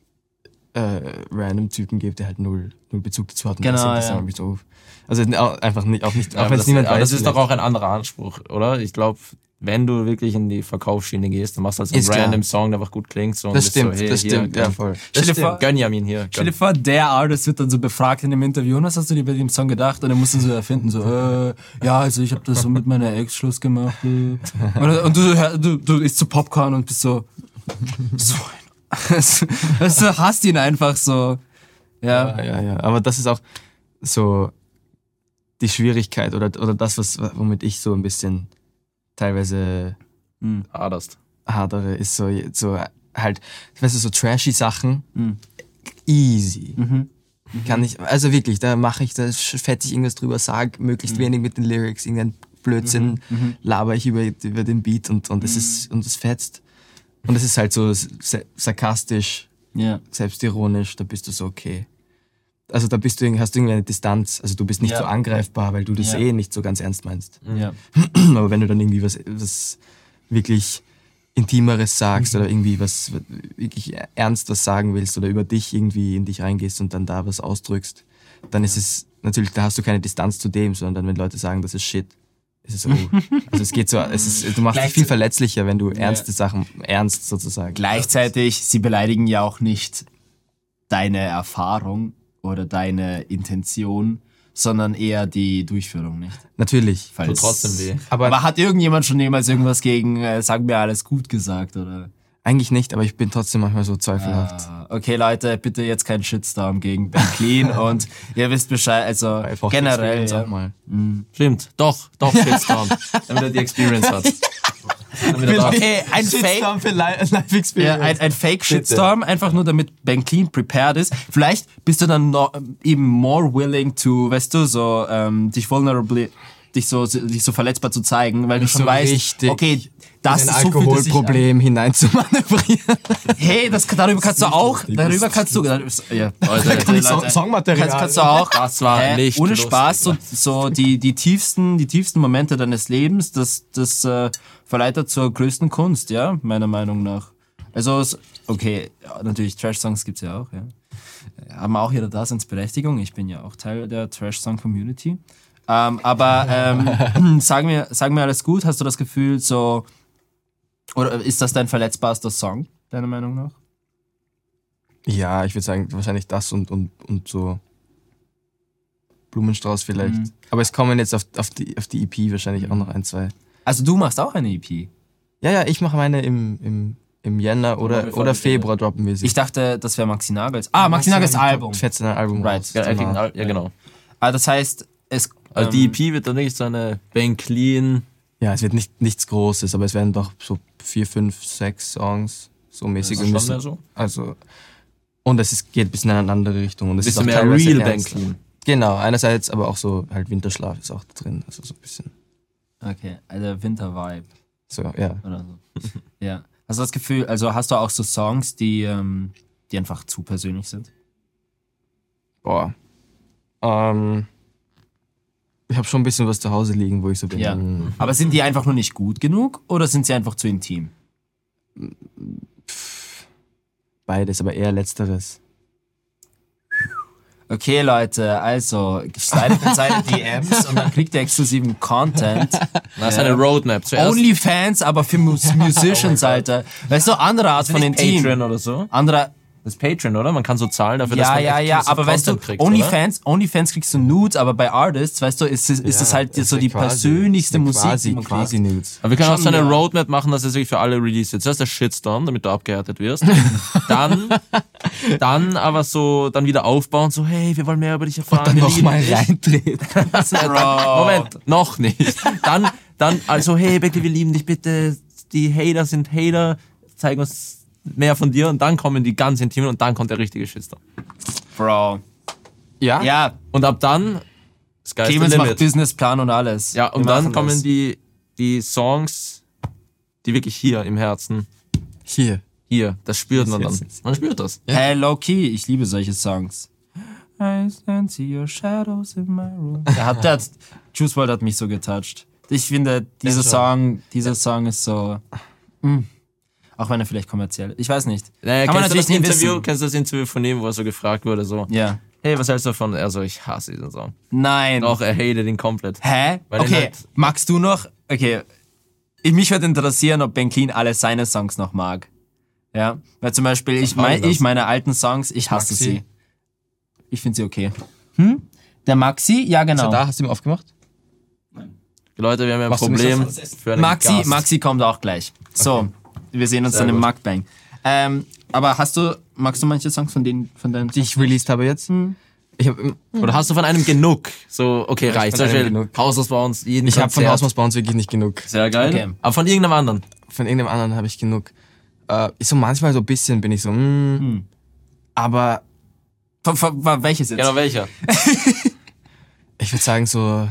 [SPEAKER 5] äh, random Typen gebe, der halt null, null Bezug dazu hat. Und
[SPEAKER 2] Genau,
[SPEAKER 5] das ist das
[SPEAKER 2] ja.
[SPEAKER 5] dann irgendwie doof. Also auch einfach nicht, auch nicht, auch wenn
[SPEAKER 1] aber
[SPEAKER 5] es
[SPEAKER 1] das,
[SPEAKER 5] niemand
[SPEAKER 1] aber
[SPEAKER 5] weiß.
[SPEAKER 1] das ist doch
[SPEAKER 5] vielleicht.
[SPEAKER 1] auch ein anderer Anspruch, oder? Ich glaube, wenn du wirklich in die Verkaufsschiene gehst, dann machst du halt so einen
[SPEAKER 5] Ist klar.
[SPEAKER 1] random Song, der einfach gut klingt. So und
[SPEAKER 5] Das
[SPEAKER 1] bist
[SPEAKER 5] stimmt,
[SPEAKER 1] so, hey,
[SPEAKER 5] das
[SPEAKER 1] hier,
[SPEAKER 5] stimmt, ja
[SPEAKER 1] gönn-
[SPEAKER 5] voll.
[SPEAKER 1] Das
[SPEAKER 2] Stell dir vor-
[SPEAKER 1] stimmt. Gönn Jamin hier.
[SPEAKER 2] Stell dir
[SPEAKER 1] Gönn.
[SPEAKER 2] vor, der Artist wird dann so befragt in dem Interview, und was hast du dir bei dem Song gedacht? Und dann musst du so erfinden, so, äh, ja, also ich habe das so mit meiner Ex Schluss gemacht. Äh. Und, und du, hör- du, du isst so Popcorn und bist so, so ein, weißt du, hasst ihn einfach so. Ja,
[SPEAKER 5] Ja, ja, aber das ist auch so die Schwierigkeit oder, oder das, was, womit ich so ein bisschen teilweise
[SPEAKER 1] Aderst.
[SPEAKER 5] hadere, ist so, so halt, weißt du, so trashy Sachen,
[SPEAKER 2] Mhm.
[SPEAKER 5] easy. Kann ich, also wirklich, da mache ich, da fette ich irgendwas drüber, sag möglichst
[SPEAKER 2] Mhm.
[SPEAKER 5] wenig mit den Lyrics, irgendein Blödsinn, laber ich über, über den Beat und, und
[SPEAKER 2] Mhm.
[SPEAKER 5] es ist, und es fetzt. Und es ist halt so sa- sarkastisch,
[SPEAKER 2] ja,
[SPEAKER 5] selbstironisch, da bist du so okay. Also da bist du, irgendwie- hast du irgendwie eine Distanz. Also du bist nicht
[SPEAKER 2] Ja.
[SPEAKER 5] so angreifbar, weil du das
[SPEAKER 2] Ja.
[SPEAKER 5] eh nicht so ganz ernst meinst.
[SPEAKER 2] ja.
[SPEAKER 5] Aber wenn du dann irgendwie was, was wirklich Intimeres sagst oder irgendwie was wirklich ernst was sagen willst oder über dich irgendwie in dich reingehst und dann da was ausdrückst, dann ist es natürlich, da hast du keine Distanz zu dem, sondern dann, wenn Leute sagen, das ist Shit, ist es so. also es geht so, es ist, du machst dich
[SPEAKER 2] Gleich-
[SPEAKER 5] viel verletzlicher, wenn du ernste Sachen ernst sozusagen.
[SPEAKER 2] Gleichzeitig, sie beleidigen ja auch nicht deine Erfahrung oder deine Intention, sondern eher die Durchführung, nicht?
[SPEAKER 5] Natürlich.
[SPEAKER 2] Falls-
[SPEAKER 1] trotzdem weh.
[SPEAKER 5] Aber-
[SPEAKER 2] Aber, hat irgendjemand schon jemals irgendwas gegen äh, Sag mir alles gut gesagt, oder?
[SPEAKER 5] Eigentlich nicht, aber ich bin trotzdem manchmal so zweifelhaft.
[SPEAKER 2] Ah, Okay, Leute, bitte jetzt kein Shitstorm gegen Ben Clean und ihr wisst Bescheid, also
[SPEAKER 5] Ich brauch die
[SPEAKER 2] generell.
[SPEAKER 5] Experience
[SPEAKER 2] Ja.
[SPEAKER 5] auch mal.
[SPEAKER 1] Stimmt, doch, doch, Shitstorm. damit er die Experience hat. damit er da
[SPEAKER 2] Okay, ein Fake.
[SPEAKER 5] Shitstorm für Li- Life
[SPEAKER 2] Ja,
[SPEAKER 5] Experience.
[SPEAKER 2] ein, ein Fake-Shitstorm, einfach nur damit Ben Clean prepared ist. Vielleicht bist du dann noch eben more willing to, weißt du, so ähm, dich vulnerably, dich so, dich so verletzbar zu zeigen, weil du schon
[SPEAKER 5] so
[SPEAKER 2] weißt,
[SPEAKER 5] richtig
[SPEAKER 2] okay, das
[SPEAKER 5] ein
[SPEAKER 2] ist so viel, das ich an-
[SPEAKER 5] Alkoholproblem hineinzumanövrieren.
[SPEAKER 2] Hey, das, darüber kannst du auch,
[SPEAKER 5] lustig,
[SPEAKER 2] darüber
[SPEAKER 5] das ist
[SPEAKER 2] kannst du, ja,
[SPEAKER 1] Leute,
[SPEAKER 5] Nicht so Songmaterial.
[SPEAKER 2] Also, Kannst, kannst du auch.
[SPEAKER 1] Das war nicht
[SPEAKER 2] Ohne
[SPEAKER 1] lustig.
[SPEAKER 2] Spaß, so, so die, die tiefsten, die tiefsten Momente deines Lebens, das, das äh, verleitet zur größten Kunst, ja, meiner Meinung nach. Also, es- okay, ja, natürlich, Trash-Songs gibt's ja auch, ja. Haben auch ihre Daseinsberechtigung. Ich bin ja auch Teil der Trash-Song-Community. Ähm, aber ähm, sag, mir, sag mir alles gut, hast du das Gefühl, so. Oder ist das dein verletzbarster Song, deiner Meinung nach?
[SPEAKER 5] Ja, ich würde sagen, wahrscheinlich das und, und, und so Blumenstrauß vielleicht.
[SPEAKER 1] Mhm.
[SPEAKER 5] Aber es kommen jetzt auf, auf, die, auf die EP wahrscheinlich auch noch ein, zwei.
[SPEAKER 2] Also, du machst auch eine EP.
[SPEAKER 5] Ja, ja, ich mache meine im, im, im Jänner oder, oder Februar droppen wir sie.
[SPEAKER 2] Ich dachte, das wäre Maxi Nagels. Ah, Maxi, Nagels Album.
[SPEAKER 5] Fetzt ein Album
[SPEAKER 2] Right.
[SPEAKER 5] raus.
[SPEAKER 1] Ja, er kriegt
[SPEAKER 5] Genau.
[SPEAKER 1] ein- ja, genau.
[SPEAKER 2] Ah, das heißt, es.
[SPEAKER 1] Also
[SPEAKER 2] Ähm.
[SPEAKER 1] die EP wird dann nicht so eine Ben Clean.
[SPEAKER 5] Ja, es wird nicht, nichts Großes, aber es werden doch so vier, fünf, sechs Songs so mäßig.
[SPEAKER 1] Das
[SPEAKER 5] Wir
[SPEAKER 1] ist
[SPEAKER 5] müssen-
[SPEAKER 1] schon mehr so.
[SPEAKER 5] Also, und es ist, geht ein bisschen in eine andere Richtung. Und es ist
[SPEAKER 1] Bisschen
[SPEAKER 5] auch
[SPEAKER 1] mehr
[SPEAKER 5] teilweise
[SPEAKER 1] Real
[SPEAKER 5] ernster.
[SPEAKER 1] Banking.
[SPEAKER 5] Genau, einerseits, aber auch so halt Winterschlaf ist auch drin. Also so ein bisschen.
[SPEAKER 2] Okay, also Wintervibe
[SPEAKER 5] So, ja.
[SPEAKER 2] oder so. ja. Hast du das Gefühl, also hast du auch so Songs, die, ähm, die einfach zu persönlich sind?
[SPEAKER 5] Boah. Ähm, ich habe schon ein bisschen was zu Hause liegen, wo ich so bin.
[SPEAKER 2] Ja. Aber sind die einfach nur nicht gut genug oder sind sie einfach zu intim?
[SPEAKER 5] Beides, aber eher letzteres.
[SPEAKER 2] Okay, Leute, also slidet in seine DMs und dann kriegt ihr exklusiven Content.
[SPEAKER 1] Das ist eine Oh Roadmap. Zuerst
[SPEAKER 2] Onlyfans, aber für Mus Musicians, Alter. Weißt du, andere Art von intim.
[SPEAKER 1] Also Patreon oder so.
[SPEAKER 2] Anderer,
[SPEAKER 1] Das ist Patreon, oder? Man kann so zahlen dafür, dass
[SPEAKER 2] Ja,
[SPEAKER 1] man
[SPEAKER 2] ja, ja,
[SPEAKER 1] exklusiv
[SPEAKER 2] aber weißt du,
[SPEAKER 1] Content kriegt,
[SPEAKER 2] OnlyFans, OnlyFans kriegst du Nudes, aber bei Artists, weißt du, ist, es- ist das halt so die persönlichste Musik,
[SPEAKER 5] Quasi,
[SPEAKER 2] die man
[SPEAKER 5] quasi
[SPEAKER 2] kriegt.
[SPEAKER 5] nudes.
[SPEAKER 1] Aber wir können auch
[SPEAKER 2] Schon,
[SPEAKER 1] so eine
[SPEAKER 2] ja.
[SPEAKER 1] Roadmap machen, dass es wirklich für alle released wird. Zuerst der Shitstorm, damit du abgehärtet wirst. dann, dann aber so, dann wieder aufbauen, so, hey, wir wollen mehr über dich erfahren. wir lieben
[SPEAKER 5] Nochmal
[SPEAKER 1] dich.
[SPEAKER 5] reintreten.
[SPEAKER 1] Dann- Moment, noch nicht. Dann, dann, also, hey, Becky, wir lieben dich, bitte. Die Hater sind Hater. Zeig uns mehr von dir. Und dann kommen die ganz intimen und dann kommt der richtige Shitstorm.
[SPEAKER 2] Bro.
[SPEAKER 5] Ja?
[SPEAKER 2] Ja,
[SPEAKER 1] Und ab dann, Sky's the
[SPEAKER 2] Clemens macht
[SPEAKER 1] limit.
[SPEAKER 2] Businessplan und alles.
[SPEAKER 1] Ja, und
[SPEAKER 2] Wir
[SPEAKER 1] dann
[SPEAKER 2] machen
[SPEAKER 1] kommen
[SPEAKER 2] das.
[SPEAKER 1] die, die Songs, die wirklich hier im Herzen,
[SPEAKER 5] Hier.
[SPEAKER 1] hier, das spürt man
[SPEAKER 5] yes,
[SPEAKER 1] dann. Man spürt das.
[SPEAKER 2] Hey, low key, ich liebe solche Songs. I stand see your shadows in my room. Der hat, der hat, Juice WRLD hat mich so getoucht. Ich finde, dieser Song, dieser Song ist so, mm. auch wenn er vielleicht kommerziell, ich weiß nicht.
[SPEAKER 1] Naja,
[SPEAKER 2] Kann man
[SPEAKER 1] kennst, du das
[SPEAKER 2] natürlich nie
[SPEAKER 1] Interview,
[SPEAKER 2] wissen.
[SPEAKER 1] kennst du das Interview von ihm, wo er so gefragt wurde, so,
[SPEAKER 2] Ja.
[SPEAKER 1] hey, was hältst du davon? Er so, ich hasse diesen Song.
[SPEAKER 2] Nein.
[SPEAKER 1] Doch, er hatet ihn komplett.
[SPEAKER 2] Hä?
[SPEAKER 1] Weil
[SPEAKER 2] okay,
[SPEAKER 1] ihn halt-
[SPEAKER 2] magst du noch? Okay, ich, mich würde interessieren, ob Ben Clean alle seine Songs noch mag. Ja, weil zum Beispiel ich, mein, ich meine alten Songs, ich hasse
[SPEAKER 5] Maxi?
[SPEAKER 2] sie. Ich finde sie okay. Hm? Der Maxi? Ja, genau.
[SPEAKER 5] Da hast du ihm aufgemacht?
[SPEAKER 1] Leute, wir haben ja ein
[SPEAKER 5] Machst du mich
[SPEAKER 1] Problem
[SPEAKER 5] das-
[SPEAKER 1] für einen
[SPEAKER 2] Maxi,
[SPEAKER 1] Gast.
[SPEAKER 2] Maxi kommt auch gleich. So, wir sehen uns dann im
[SPEAKER 1] gut.
[SPEAKER 2] Mukbang. Ähm, aber hast du, magst du manche Songs von denen, von deinen?
[SPEAKER 5] Die ich released habe jetzt? Ich habe
[SPEAKER 1] Oder hast du von einem genug? So, okay, reicht.
[SPEAKER 5] von
[SPEAKER 1] Zum
[SPEAKER 5] einem
[SPEAKER 1] Beispiel
[SPEAKER 5] genug.
[SPEAKER 1] Haus aus bei uns, jeden
[SPEAKER 5] ich hab von
[SPEAKER 1] Konzert.
[SPEAKER 5] Haus aus Bounce wirklich nicht genug.
[SPEAKER 1] Sehr geil.
[SPEAKER 2] Okay.
[SPEAKER 1] Aber von irgendeinem anderen.
[SPEAKER 5] Von irgendeinem anderen habe ich genug. Äh, ich so manchmal so ein bisschen bin ich so, mm,
[SPEAKER 2] Hm.
[SPEAKER 5] aber
[SPEAKER 2] Von, von, von, welches jetzt?
[SPEAKER 1] Genau, welcher?
[SPEAKER 5] ich würde sagen so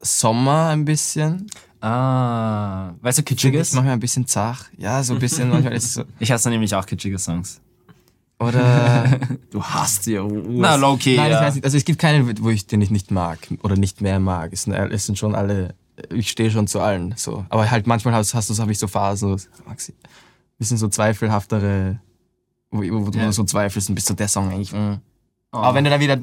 [SPEAKER 5] Sommer ein bisschen.
[SPEAKER 2] Ah, weißt du,
[SPEAKER 5] Ich
[SPEAKER 2] kitschiges?
[SPEAKER 5] mache mir ein bisschen zach. Ja, so ein bisschen manchmal ist es so.
[SPEAKER 2] Ich hasse nämlich auch kitschige Songs.
[SPEAKER 5] Oder
[SPEAKER 1] Du hast sie.
[SPEAKER 2] Na, low key.
[SPEAKER 5] Nein,
[SPEAKER 2] ja.
[SPEAKER 5] ich weiß nicht. Also es gibt keinen, wo ich den ich nicht mag oder nicht mehr mag. Es sind, es sind schon alle. Ich stehe schon zu allen. So, aber halt manchmal hast, hast du, habe ich so Phasen, so, Maxi, bisschen so zweifelhaftere, wo, wo, wo
[SPEAKER 2] Ja.
[SPEAKER 5] du so zweifelst und bist so der Song eigentlich. mm.
[SPEAKER 2] Oh.
[SPEAKER 5] Aber wenn du dann wieder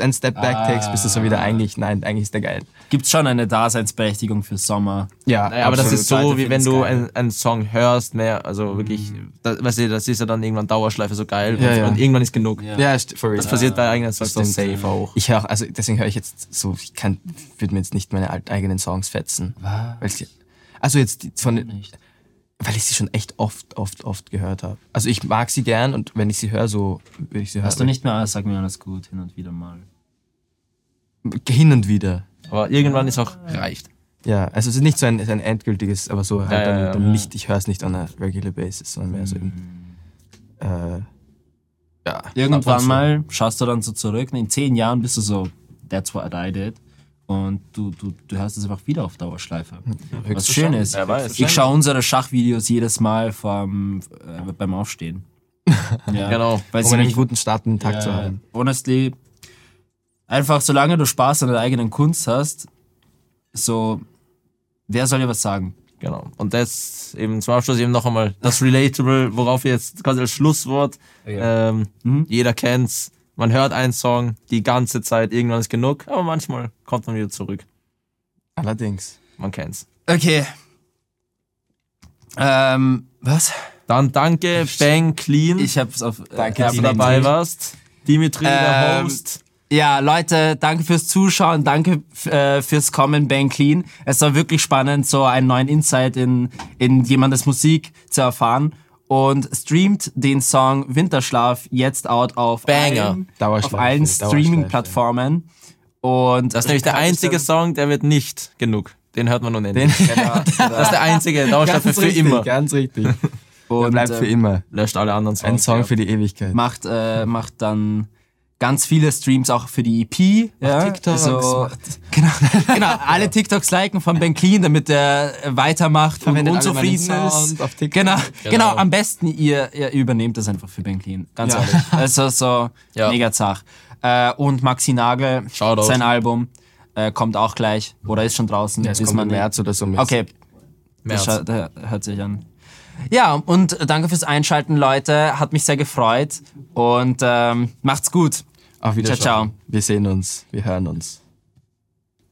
[SPEAKER 5] einen Step back takes, bist du so wieder
[SPEAKER 2] Ah.
[SPEAKER 5] eigentlich. Nein, eigentlich ist der geil.
[SPEAKER 2] gibt schon eine Daseinsberechtigung für Sommer.
[SPEAKER 5] Ja,
[SPEAKER 1] Naja, aber das
[SPEAKER 5] absolut.
[SPEAKER 1] ist so,
[SPEAKER 2] Leute
[SPEAKER 1] wie wenn
[SPEAKER 2] finden's
[SPEAKER 1] du
[SPEAKER 2] geil.
[SPEAKER 1] einen, einen Song hörst, mehr, also wirklich, das, weißt du, das ist ja dann irgendwann Dauerschleife so geil
[SPEAKER 5] Ja,
[SPEAKER 1] und,
[SPEAKER 5] ja.
[SPEAKER 1] und irgendwann ist genug.
[SPEAKER 5] Ja, ist- for real.
[SPEAKER 1] Das passiert bei eigenen Songs dann
[SPEAKER 5] Stimmt.
[SPEAKER 1] safe auch.
[SPEAKER 5] Ich höre, also deswegen höre ich jetzt so, ich kann, würde mir jetzt nicht meine alt- eigenen Songs fetzen. Weil sie, also jetzt die- von, weil ich sie schon echt oft, oft, oft gehört habe. Also ich mag sie gern und wenn ich sie höre, so würde ich sie hören.
[SPEAKER 2] Hast du nicht mehr alles, sag mir alles gut, hin und wieder mal.
[SPEAKER 5] Hin und wieder.
[SPEAKER 1] Aber irgendwann ist auch reicht.
[SPEAKER 5] Ja, also es ist nicht so ein, ein endgültiges, aber so halt
[SPEAKER 1] Ja,
[SPEAKER 5] dann,
[SPEAKER 1] ja, Mhm. ja.
[SPEAKER 5] dann nicht, ich höre es nicht on a regular basis, sondern mehr so im, äh, ja.
[SPEAKER 2] Irgendwann
[SPEAKER 5] ab und zu.
[SPEAKER 2] mal schaust du dann so zurück und in zehn Jahren bist du so, that's what I did. Und du, du, du hörst es einfach wieder auf Dauerschleife. Was schön ist.
[SPEAKER 1] Wer weiß. ne?
[SPEAKER 2] Ich schaue unsere Schachvideos jedes Mal vom, äh, beim Aufstehen. Ja.
[SPEAKER 1] Genau.
[SPEAKER 2] Weil
[SPEAKER 5] Um
[SPEAKER 2] sie
[SPEAKER 5] einen
[SPEAKER 2] mich
[SPEAKER 5] guten Start in den Tag zu
[SPEAKER 2] Ja,
[SPEAKER 5] haben.
[SPEAKER 2] Honestly, einfach solange du Spaß an deiner eigenen Kunst hast, so, wer soll dir was sagen?
[SPEAKER 1] Genau. Und das eben zum Abschluss eben noch einmal das Relatable, worauf wir jetzt quasi als Schlusswort, ähm, jeder kennt's. Man hört einen Song die ganze Zeit, irgendwann ist genug, aber manchmal kommt man wieder zurück.
[SPEAKER 5] Allerdings.
[SPEAKER 1] Man kennt's.
[SPEAKER 2] Okay. Ähm, was?
[SPEAKER 1] Dann danke, Bang Clean,
[SPEAKER 2] Ich hab's auf.
[SPEAKER 5] Danke,
[SPEAKER 2] äh,
[SPEAKER 1] dass du dabei warst. Dimitri, der
[SPEAKER 2] Ähm,
[SPEAKER 1] Host.
[SPEAKER 2] Ja, Leute, danke fürs Zuschauen, danke f- äh, fürs Kommen, Bang Clean. Es war wirklich spannend, so einen neuen Insight in, in jemandes Musik zu erfahren. Und streamt den Song Winterschlaf jetzt out auf
[SPEAKER 1] Banger.
[SPEAKER 2] allen, auf
[SPEAKER 5] Dauerschleife,
[SPEAKER 2] allen
[SPEAKER 5] Dauerschleife.
[SPEAKER 2] Streaming-Plattformen. Und
[SPEAKER 1] Das ist nämlich der einzige Song, der wird nicht genug. Den hört man unendlich. das ist der einzige, Dauerschleife für immer.
[SPEAKER 5] Ganz richtig.
[SPEAKER 2] und,
[SPEAKER 5] Und bleibt für
[SPEAKER 2] äh,
[SPEAKER 5] immer.
[SPEAKER 1] Löscht alle anderen Songs.
[SPEAKER 5] Ein Song
[SPEAKER 1] ja.
[SPEAKER 5] für die Ewigkeit.
[SPEAKER 2] macht, äh, macht dann ganz viele Streams auch für die EP. ja,
[SPEAKER 5] TikToks,
[SPEAKER 2] so,
[SPEAKER 5] macht-
[SPEAKER 2] genau, genau, alle TikToks liken von Ben Clean, damit er weitermacht
[SPEAKER 5] Verwendet
[SPEAKER 2] und
[SPEAKER 5] alle meinen
[SPEAKER 2] unzufrieden ist.
[SPEAKER 5] Sound auf TikTok.
[SPEAKER 2] Genau, genau, am besten ihr, ihr übernehmt das einfach für Ben Clean. Ganz
[SPEAKER 5] Ja.
[SPEAKER 2] ehrlich. Also so
[SPEAKER 1] Ja.
[SPEAKER 2] mega zach. Äh, und Maxi Nagel,
[SPEAKER 1] Shoutout.
[SPEAKER 2] sein Album, äh, kommt auch gleich oder ist schon draußen.
[SPEAKER 5] Es kommt im März oder so. mäßig.
[SPEAKER 2] Okay,
[SPEAKER 1] März.
[SPEAKER 2] das scha- da hört sich an. Ja, und danke fürs Einschalten, Leute. Hat mich sehr gefreut. Und ähm, macht's gut.
[SPEAKER 5] Auf Wiedersehen.
[SPEAKER 2] Ciao, ciao.
[SPEAKER 5] Wir sehen uns. Wir hören uns.